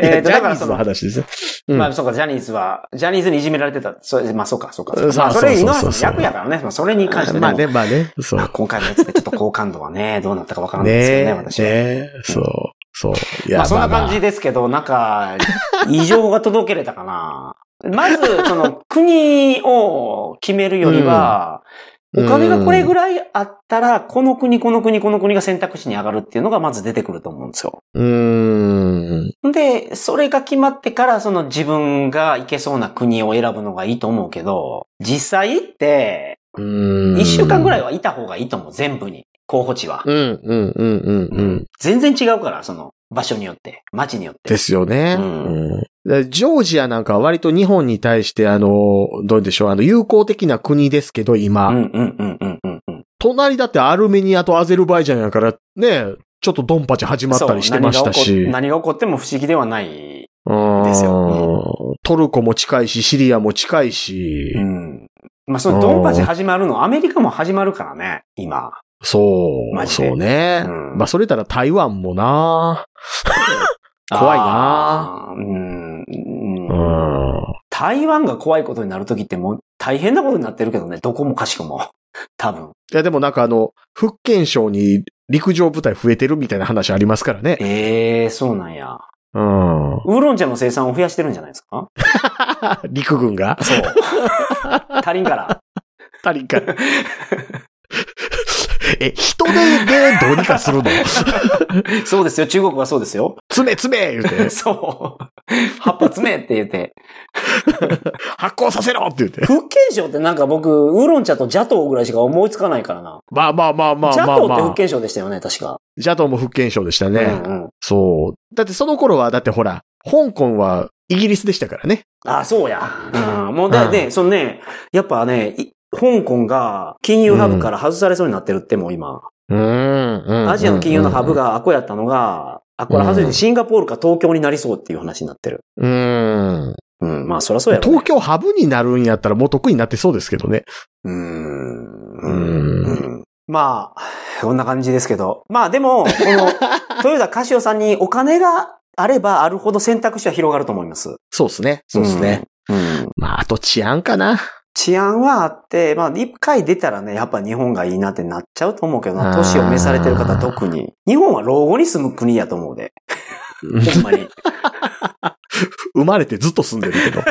Speaker 2: え
Speaker 1: や
Speaker 2: っと、
Speaker 1: ジ
Speaker 2: だ
Speaker 1: ャ
Speaker 2: か
Speaker 1: ニ
Speaker 2: ら
Speaker 1: ー
Speaker 2: そ
Speaker 1: ズ
Speaker 2: の
Speaker 1: の、話ですよ。うん
Speaker 2: まあ、そうか、ジャニーズは、ジャニーズにいじめられてた。そうまあ、そうか、そうか。
Speaker 1: そう
Speaker 2: まあ、それ、井
Speaker 1: そう
Speaker 2: ノ
Speaker 1: そうそう
Speaker 2: 原さんの役やからね。まあ、それに関してでも
Speaker 1: まあね、まあね。そう
Speaker 2: まあ。今回のやつでちょっと好感度はね、どうなったかわからないですよ ね、
Speaker 1: ね
Speaker 2: 私は。
Speaker 1: ねそう。そう。い
Speaker 2: まあ、そんな感じ
Speaker 1: で。
Speaker 2: ですけど、なんか、異常が届けれたかな。まず、その、国を決めるよりは、お金がこれぐらいあったら、この国、この国、この国が選択肢に上がるっていうのがまず出てくると思うんですよ。
Speaker 1: うーん。
Speaker 2: で、それが決まってから、その自分が行けそうな国を選ぶのがいいと思うけど、実際行って、
Speaker 1: うーん。
Speaker 2: 一週間ぐらい
Speaker 1: は。
Speaker 2: はいた方がいいと思う、全部に。候補地は。
Speaker 1: うん、うん、うん、うん、うん。
Speaker 2: 全然違うから、その、場所によって、街によって。
Speaker 1: ですよね。
Speaker 2: うん
Speaker 1: うんだからジョージアなんかは割と日本に対して、あの、どうでしょう、あの、友好的な国ですけど、
Speaker 2: う
Speaker 1: 今。
Speaker 2: んうんうんうんうんうん。
Speaker 1: 隣だってアルメニアとアゼルバイジャンやから、ね、ちょっとドンパチ始まったりしてましたし。
Speaker 2: そう何が起こ何が起こっても不思議ではない。です
Speaker 1: うんトルコも近いし、シリアも近いし。
Speaker 2: うん。まあ、そのドンパチ始まるの、アメリカも始まるからね、今。
Speaker 1: そう。
Speaker 2: マジで
Speaker 1: そうね。
Speaker 2: うん
Speaker 1: まあ、それたら台湾もな。 怖いな
Speaker 2: あーうん。
Speaker 1: う
Speaker 2: うん
Speaker 1: ん。
Speaker 2: 台湾が怖いことになるときってもう大変なことになってるけどね、どこもかしこも。 多分。
Speaker 1: いや、でもなんかあの、福建省に陸上部隊増えてるみたいな話ありますからね。
Speaker 2: ええそうなんや。
Speaker 1: うん。
Speaker 2: ウーロン茶の生産を増やしてるんじゃないですか
Speaker 1: 陸軍が
Speaker 2: そう。 足りんから。
Speaker 1: 足り んから。え、人手でどうにかするの
Speaker 2: そうですよ、中国はそうですよ。
Speaker 1: 詰め詰め言うて、
Speaker 2: そう。葉っぱ詰めって 言って。
Speaker 1: 発行させろって言って。
Speaker 2: 福建省ってなんか僕、ウーロン茶とジャトーぐらいしか思いつかないからな。
Speaker 1: まあまあまあまあ
Speaker 2: ジャ
Speaker 1: ま
Speaker 2: ト
Speaker 1: あ
Speaker 2: ーって福
Speaker 1: まあ。
Speaker 2: 建省でしたよね、確か。
Speaker 1: ジャトーも福建省でした
Speaker 2: う
Speaker 1: ね。
Speaker 2: んうん。
Speaker 1: そう。だってその頃は、だってほら、香港はイギリスでしたからね。
Speaker 2: あ、そうや。うん。もうだよね、そのね、やっぱね、い香港が金融ハブから外されそうになってるってもう今。
Speaker 1: うん
Speaker 2: アジアの金融のハブ。がアコやったのが、アコら外れてシンガポールか東京になりそうっていう話になってる。
Speaker 1: うん。
Speaker 2: うん、まあそりゃそうやろ、ね
Speaker 1: 東。京ハブになるんやったらもう得意になってそうですけどね。
Speaker 2: うーん。
Speaker 1: う
Speaker 2: うんまあ、こんな感じですけど。まあでも、こ の、豊田カシオさんにお金があればあるほど選択肢は広がると思います。
Speaker 1: そうですね。そうですね。
Speaker 2: うん。うん
Speaker 1: まあ、あと治安かな。
Speaker 2: 治安はあって、まあ一回出たらね、やっぱ日本がいいなってなっちゃうと思うけどな。年を召されてる方特に。日本は老後に住む国やと思う で。ほんま に。
Speaker 1: 生まれてずっと住んでるけど。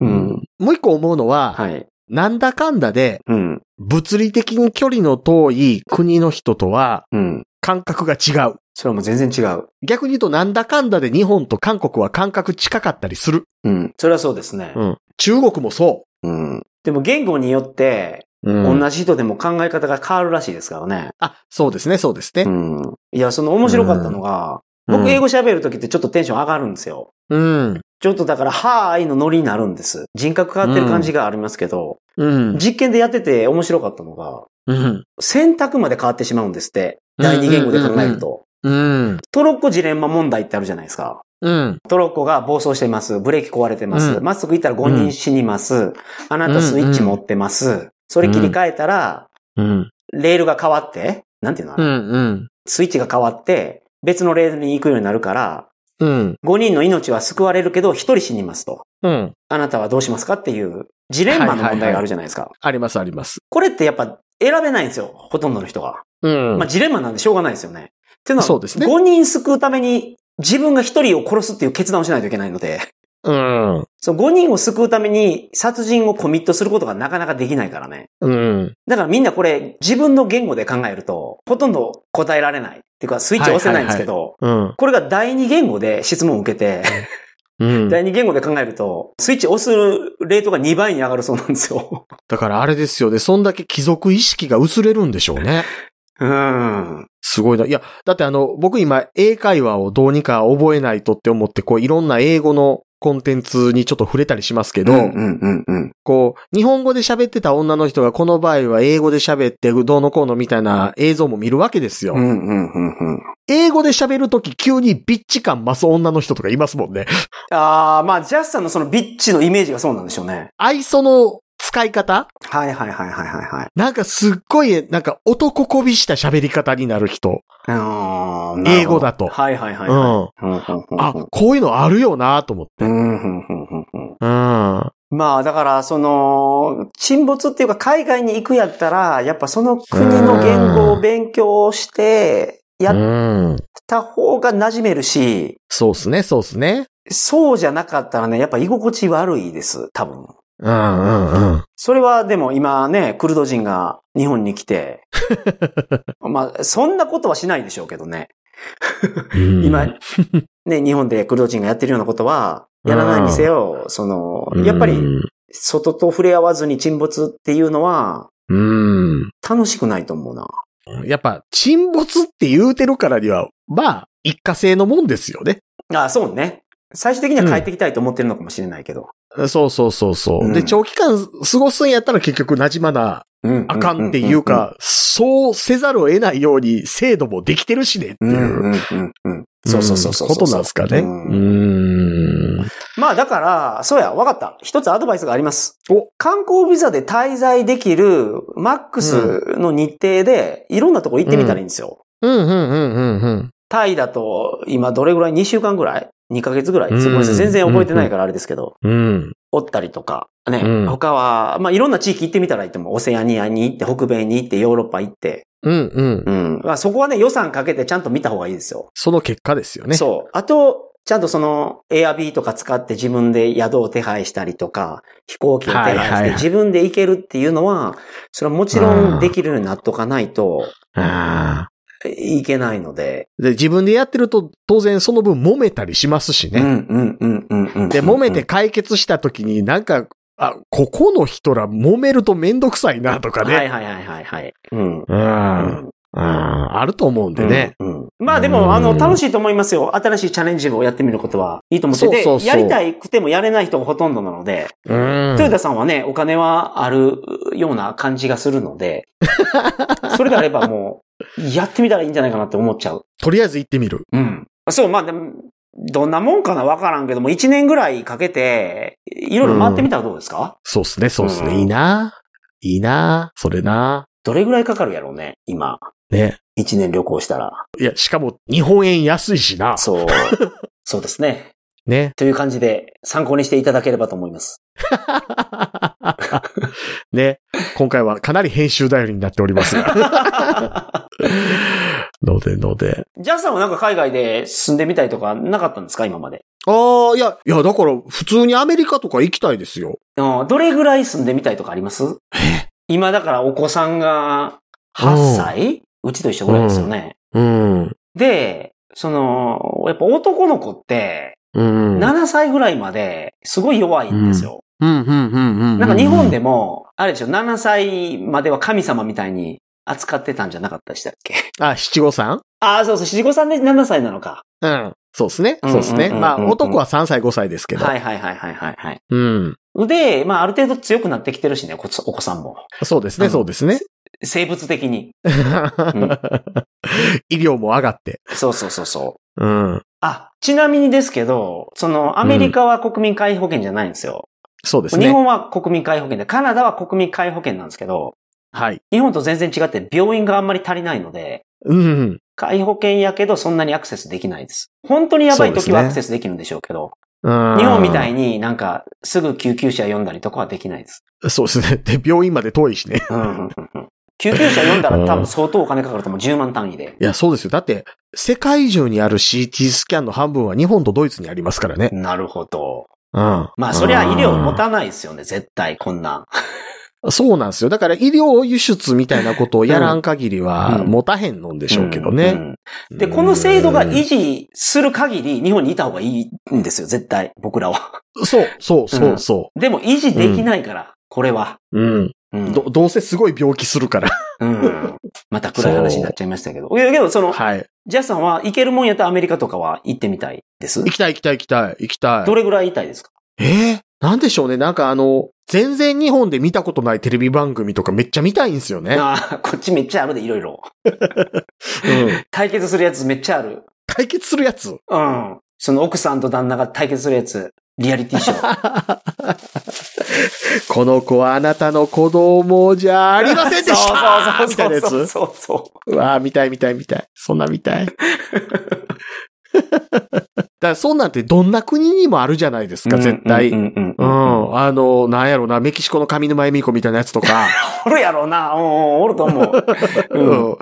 Speaker 2: うん。
Speaker 1: も う一個思うのは、
Speaker 2: はい。
Speaker 1: なんだかんだで、
Speaker 2: うん。
Speaker 1: 物理的に距離の遠い国の人とは
Speaker 2: うん。
Speaker 1: 感覚が違う。
Speaker 2: それはもう全然違う。
Speaker 1: 逆に言うとなんだかんだで日本と韓国は感覚近かったりする。
Speaker 2: うん。それはそうですね。
Speaker 1: ん。中国もそ
Speaker 2: うん。でも言語によって、
Speaker 1: う。
Speaker 2: 同じ人でも考え方が変わるらしいですからね。
Speaker 1: あ、そうですね、そうですね
Speaker 2: う。ん。いや、その面白かったのが、僕英語喋るときってちょっとテンション上がるんですよ。
Speaker 1: うん。
Speaker 2: ちょっとだから、はーいのノリになるんです。人格変わってる感じがありますけど、
Speaker 1: うん。
Speaker 2: 実験でやってて面白かったのが、
Speaker 1: うん。
Speaker 2: 選択まで変わってしまうんですって。
Speaker 1: うん
Speaker 2: 第二言語で考えると。
Speaker 1: うん。
Speaker 2: トロッコジレンマ問題ってあるじゃないですか。
Speaker 1: うん。
Speaker 2: トロッコが暴走してます。ブレーキ壊れてます。
Speaker 1: うん
Speaker 2: まっすぐ行ったら5人死にます。あなたスイッチ持ってます。それ切り替えたら、
Speaker 1: うん。
Speaker 2: レールが変わって、なんていうの、
Speaker 1: うん。
Speaker 2: スイッチが変わって、別のレールに行くようになるから、
Speaker 1: うん。
Speaker 2: 5人の命は救われるけど、1人死にますと。
Speaker 1: うん。
Speaker 2: あなたはどうしますかっていう、ジレンマの問題があるじゃないですか。
Speaker 1: あります、あります。
Speaker 2: これってやっぱ選べないんですよ。ほとんどの人が。
Speaker 1: うん
Speaker 2: まあ、ジレンマなんでしょうがないですよね。っていうのは、
Speaker 1: そうですね
Speaker 2: 5人救うために、自分が1人を殺すっていう決断をしないといけないので。
Speaker 1: うん。
Speaker 2: そう、5人を救うために殺人をコミットすることがなかなかできないからね。
Speaker 1: うん。
Speaker 2: だからみんなこれ自分の言語で考えると、ほとんど答えられない。っていうかスイッチを押せないんですけど、
Speaker 1: うん。
Speaker 2: これが第二言語で質問を受けて、
Speaker 1: うん。
Speaker 2: 第二言語で考えると、スイッチを押すレートが2倍に上がるそうなんですよ。
Speaker 1: だからあれですよね。そんだけ貴族意識が薄れるんでしょうね。
Speaker 2: うん。
Speaker 1: すごいな。いや、だってあの、僕今、英会話をどうにか覚えないとって思って、こう、いろんな英語のコンテンツにちょっと触れたりしますけど、
Speaker 2: んうんうん。
Speaker 1: こう、日本語で喋ってた女の人がこの場合は英語で喋ってどうのこうのみたいな映像も見るわけですよ。
Speaker 2: んうんうんうん。
Speaker 1: 英語で喋るとき急にビッチ感増す女の人とかいますもんね。
Speaker 2: あー、まあジャスさんのそのビッチのイメージがそうなんでしょうね。
Speaker 1: 愛想の使い方
Speaker 2: はいはいはいはいはいはい。
Speaker 1: なんかすっごい、なんか男こびした喋り方になる人。
Speaker 2: あーなるほど
Speaker 1: 英語だと
Speaker 2: はいはいはい。
Speaker 1: う
Speaker 2: はい
Speaker 1: ん。
Speaker 2: うんうんうん
Speaker 1: あ、こういうのあるよなと思って。
Speaker 2: う
Speaker 1: うん。
Speaker 2: んうんうんうんうん
Speaker 1: は
Speaker 2: まあ、だから、その、沈没っていうか海外に行くやったら、やっぱその国の言語を勉強して、やっ
Speaker 1: うん。
Speaker 2: た方が馴染めるし、
Speaker 1: そうっすね、そうっすね。
Speaker 2: そうじゃなかったらね、やっぱ居心地悪いです、多分。
Speaker 1: うんうんうん。
Speaker 2: それはでも今ね、クルド人が日本に来 て、まあ、そんなことはしないでしょうけどね。今、ね、日本でクルド人がやってるようなことは、やらないにせよ、その、
Speaker 1: うん、
Speaker 2: やっぱり、外と触れ合わずに沈没っていうのは、
Speaker 1: うん。
Speaker 2: 楽しくないと思うな。
Speaker 1: やっぱ、沈没って言うてるからには、まあ、一過性のもんですよね。
Speaker 2: あそうね。最終的には帰ってきたいと思ってるのかもしれないけど。
Speaker 1: そうそうそうそう。
Speaker 2: うん
Speaker 1: で、長期間過ごすんやったら結局馴染まな
Speaker 2: うん
Speaker 1: あかんっていう。か、そうせざるを得ないように制度もできてるしねって
Speaker 2: うんうん
Speaker 1: いう。
Speaker 2: うんうん。そうそうそうそう。
Speaker 1: ことなんですかね。う
Speaker 2: うん
Speaker 1: ん。
Speaker 2: まあだから、そうや、わかった。一つアドバイスがあります。
Speaker 1: お
Speaker 2: 観光ビザで滞在できるマックスの日程で、いろんなとこ行ってみたらいいんですよ。
Speaker 1: うん、うん、うん、うん、
Speaker 2: タイだと、今どれぐらい ?2 週間ぐらい ?2 ヶ月ぐらい、
Speaker 1: うん
Speaker 2: すごいです全然覚えてないからあれですけど、
Speaker 1: うん。
Speaker 2: おったりとか、ね、
Speaker 1: うん
Speaker 2: 他は、まあいろんな地域行ってみたらいいと思う。オセアニアに行って、北米に行って、ヨーロッパ行って。
Speaker 1: うん、うん。
Speaker 2: うん。まあそこはね、予算かけてちゃんと見た方がいいですよ。
Speaker 1: その結果ですよね。
Speaker 2: そう。あと、ちゃんとその、エアビーとか使って自分で宿を手配したりとか、飛行機を手配
Speaker 1: はい
Speaker 2: し
Speaker 1: はいは
Speaker 2: て
Speaker 1: い
Speaker 2: 自分で行けるっていうのは、それはもちろんできるようになっとかないと
Speaker 1: あ
Speaker 2: いけないので。
Speaker 1: ーで、自分でやってると、当然その分揉めたりしますしね。
Speaker 2: うんうんうんうんうん。
Speaker 1: で、揉めて解決した時になんか、あ、ここの人ら揉めるとめんどくさいなとかね。
Speaker 2: はいはいはいはいはい。うん。
Speaker 1: うん。うん。あると思うんでね。
Speaker 2: うん。うんまあでも、あ
Speaker 1: う
Speaker 2: の、
Speaker 1: ん
Speaker 2: 楽しいと思いますよ。新しいチャレンジをやってみることはいいと思って。
Speaker 1: そうそうそう
Speaker 2: で、やりたくてもやれない人がほとんどなので、
Speaker 1: うん。
Speaker 2: 豊田さんはね、お金はあるような感じがする ので、それであればもう、やってみたらいいんじゃないかなって思っちゃう。
Speaker 1: とりあえず行ってみる。
Speaker 2: うん。そう、まあでも、どんなもんかなわからんけども、1年ぐらいかけて、いろいろ回ってみたらどうですか、
Speaker 1: そうっすね、そうっす
Speaker 2: う
Speaker 1: ね。
Speaker 2: ん
Speaker 1: いいな。いいな。それな。
Speaker 2: どれぐらいかかるやろうね、今。
Speaker 1: ね。
Speaker 2: 1年旅行したら。
Speaker 1: いや、しかも日本円安いしな。
Speaker 2: そう。そうですね。
Speaker 1: ね。
Speaker 2: という感じで、参考にしていただければと思います。
Speaker 1: ね。今回はかなり編集頼りになっておりますが。ので、ので。
Speaker 2: ジャスさんはなんか海外で住んでみたいとかなかったんですか今まで。
Speaker 1: ああ、いや、いや、だから普通にアメリカとか行きたいですよ。
Speaker 2: うんどれぐらい住んでみたいとかあります今だからお子さんが8歳うちと一緒ぐらいですよね。
Speaker 1: うん。
Speaker 2: で、その、やっぱ男の子って
Speaker 1: うん。
Speaker 2: 7歳ぐらいまですごい弱いんですよ。
Speaker 1: うん、うん、うん、うん。
Speaker 2: なんか日本でも、あれでしょ、7歳までは神様みたいに扱ってたんじゃなかったでしたっけ
Speaker 1: あ、七五三
Speaker 2: ああ、そうそう、七五三で7歳なのか。
Speaker 1: うん。そうですね。
Speaker 2: う
Speaker 1: そ
Speaker 2: ん
Speaker 1: うですね。
Speaker 2: うん
Speaker 1: まあ、
Speaker 2: うん
Speaker 1: 男は3歳、5歳ですけど。
Speaker 2: はいはいはいはいはいはい。
Speaker 1: うん。
Speaker 2: で、まあ、ある程度強くなってきてるしね、こつお子さんも。
Speaker 1: そうです
Speaker 2: う
Speaker 1: ね、
Speaker 2: ん
Speaker 1: そうですね。
Speaker 2: 生物的に。ん
Speaker 1: 医療も上がって。
Speaker 2: そうそうそうそう。
Speaker 1: うん。
Speaker 2: あ、ちなみにですけど、その、アメリカは国民皆保険じゃないんですよ。
Speaker 1: そうです
Speaker 2: 日
Speaker 1: ね。
Speaker 2: 本は国民皆保険で、カナダは国民皆保険なんですけど、
Speaker 1: はい。
Speaker 2: 日本と全然違って病院があんまり足りないので、
Speaker 1: うん。
Speaker 2: 皆保険やけどそんなにアクセスできないです。本当にやばい
Speaker 1: そうです
Speaker 2: 時
Speaker 1: ね
Speaker 2: はアクセスできるんでしょうけど、
Speaker 1: 日
Speaker 2: 日本みた
Speaker 1: い
Speaker 2: いになんかすぐ救急車呼んだりとかはできないです。
Speaker 1: そうですね。で、病院まで遠いしね。
Speaker 2: うんうんうんうん救急車呼んだら多分相当お金かかると思う。10万単位で。
Speaker 1: いや、そうですよ。だって、世界中にある CT スキャンの半分は日本とドイツにありますからね。
Speaker 2: なるほど。
Speaker 1: うん。
Speaker 2: まあ、そりゃ医療持たないですよね、絶対、こんなん。
Speaker 1: そうなんですよ。だから医療輸出みたいなことをやらん限りは
Speaker 2: うん
Speaker 1: 持たへんのんで
Speaker 2: で
Speaker 1: しょうけどね。
Speaker 2: で、この制度が
Speaker 1: い
Speaker 2: 維持する限り、日本にいた方がいいんですよ、絶対、僕らは。
Speaker 1: そう、そう、そう、そ
Speaker 2: でも、維持できないから、これは。
Speaker 1: う。うん。
Speaker 2: うん
Speaker 1: ど、どうせすごい病気するから。
Speaker 2: うんまた暗い話になっちゃいましたけど。いや、けど、その、
Speaker 1: はい。
Speaker 2: ジャスさんは行けるもんやったらアメリカとかは行ってみたいです
Speaker 1: 行。きたい、行きたい、行きたい、行きた
Speaker 2: ど
Speaker 1: い。
Speaker 2: れぐらい行きたいですか
Speaker 1: えー、なんでしょうね。なんかあの、全然日本で見たことないテレビ番組とかめっちゃ見たいんですよね。うん。
Speaker 2: ああ、こっちめっちゃあるで、いろいろ。 対決するやつめっちゃある。
Speaker 1: 解決するやつ。
Speaker 2: うん。 その奥さんと旦那が対決するやつ、リアリティショー。
Speaker 1: この子はあなたの子供じゃありませんでした
Speaker 2: そう
Speaker 1: みたいな
Speaker 2: そう
Speaker 1: や
Speaker 2: そうそう
Speaker 1: つ。
Speaker 2: そうそう
Speaker 1: わあ、見たい見たい見たい。そんな見たい。だ からそんなんてどんな国にもあるじゃないです
Speaker 2: う。
Speaker 1: か、絶対。
Speaker 2: う
Speaker 1: うん。
Speaker 2: んうんうんうん。
Speaker 1: あの、なんやろな、メキシコの上沼恵美子みたいなやつとか、
Speaker 2: おるやろうな。うんうん、おると思う。 うん
Speaker 1: うん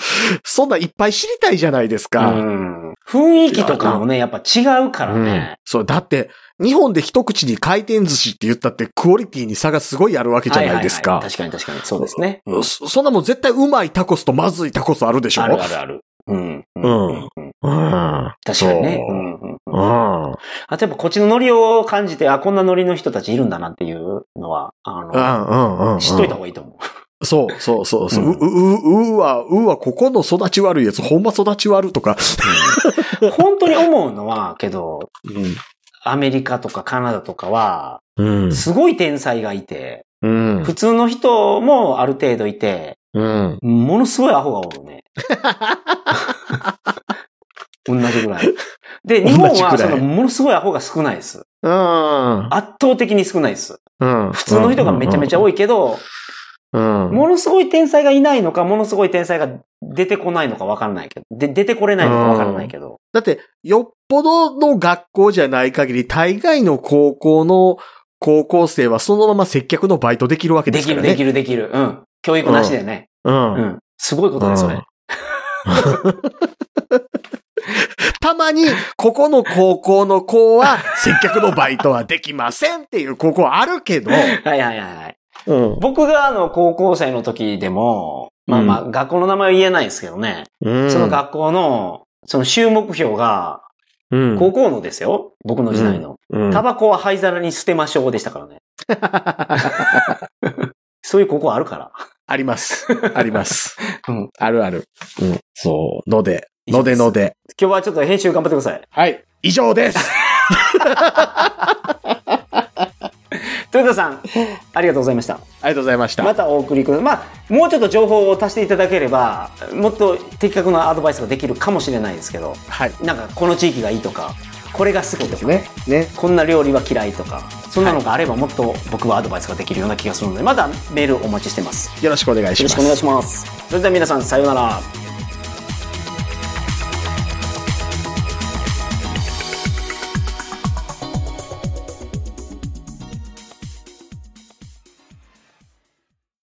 Speaker 1: そんなんいっぱい知りたいじゃないですか。
Speaker 2: うん雰囲気とかもね、やっぱ違うからね。
Speaker 1: そう、だって、日本で一口に回転寿司って言ったって、クオリティに差がすごいあるわけじゃないです
Speaker 2: は
Speaker 1: か
Speaker 2: はは。確かに確かに。そうですね。
Speaker 1: うんそそんなもん絶対うまいタコスとまずいタコスあるでしょ
Speaker 2: あるあるある。うん。
Speaker 1: う
Speaker 2: う
Speaker 1: ん
Speaker 2: うん
Speaker 1: うん。
Speaker 2: 確かにね。
Speaker 1: そう
Speaker 2: うんうんうん
Speaker 1: うん。
Speaker 2: あとやっぱこっちのノリを感じて、あ、こんなノリの人たちいるんだなっていうのは、
Speaker 1: う
Speaker 2: あ
Speaker 1: んうんうんうん。
Speaker 2: の、知っといた方がいいと思う。
Speaker 1: そうそうそうそう。
Speaker 2: うん
Speaker 1: う、う、う、うは、うは、ここの育ち悪いやつ、ほんま育ち悪いとか。
Speaker 2: 本当に思うのは、けど、
Speaker 1: うん。
Speaker 2: アメリカとかカナダとかは、
Speaker 1: うん。
Speaker 2: すごい天才がいて、
Speaker 1: うん
Speaker 2: 普通の人もある程度いて、
Speaker 1: うん。
Speaker 2: ものすごいアホがおる ね。同じぐらい。で、日本
Speaker 1: 同じ
Speaker 2: は
Speaker 1: ぐら
Speaker 2: そ
Speaker 1: い
Speaker 2: のものすごいアホが少ないです。
Speaker 1: うん。
Speaker 2: 圧倒的に少ないです。
Speaker 1: うん
Speaker 2: 普通の人がめちゃめちゃ多いけど、
Speaker 1: うん。
Speaker 2: ものすごい天才がいないのか、ものすごい天才が出てこないのかわかんないけど、で、出てこれないのかわからないけど。
Speaker 1: だって、よっぽどの学校じゃない限り、大概の高校の高校生はそのまま接客のバイトできるわけで
Speaker 2: ですき
Speaker 1: から
Speaker 2: る、で
Speaker 1: ね。
Speaker 2: きる、できる。うん。教育なしでね。
Speaker 1: う。
Speaker 2: うんん。すごいことだよ、それ。
Speaker 1: うん たまに、ここの高校の子は、 接客のバイトはできませんっていう高校あるけど、
Speaker 2: はいはいはいはい。
Speaker 1: うん。
Speaker 2: 僕があの、高校生の時でも、まあまあ、学校の名前は言えないですけどね。その学校の、その週目標が、
Speaker 1: うん、
Speaker 2: 高校のですよ。僕の時代の。
Speaker 1: うん
Speaker 2: タバコは灰皿に捨てましょうでしたから ね。そういう高校あるから。
Speaker 1: あります。 あります。
Speaker 2: うん
Speaker 1: あるある。うん。そう。ので、
Speaker 2: 以上
Speaker 1: の
Speaker 2: で
Speaker 1: ですので。
Speaker 2: 今日はちょっと編集頑張ってください。
Speaker 1: はい。以上です。
Speaker 2: 豊田さん、ありがとうございました。
Speaker 1: ありがとうございました。
Speaker 2: またお送りください。まあ、もうちょっと情報を足していただければ、もっと的確なアドバイスができるかもしれないですけど、
Speaker 1: はい。
Speaker 2: なんかこの地域がいいとか、これが好きとか、
Speaker 1: ね。ね。
Speaker 2: こんな料理は嫌いとか、そんなのがあればもっと僕はアドバイスができるような気がするので、またメールお待ちしてます。
Speaker 1: よろしくお願いし
Speaker 2: よ
Speaker 1: ます
Speaker 2: ろしくお。願いします。それでは皆さん、さようなら。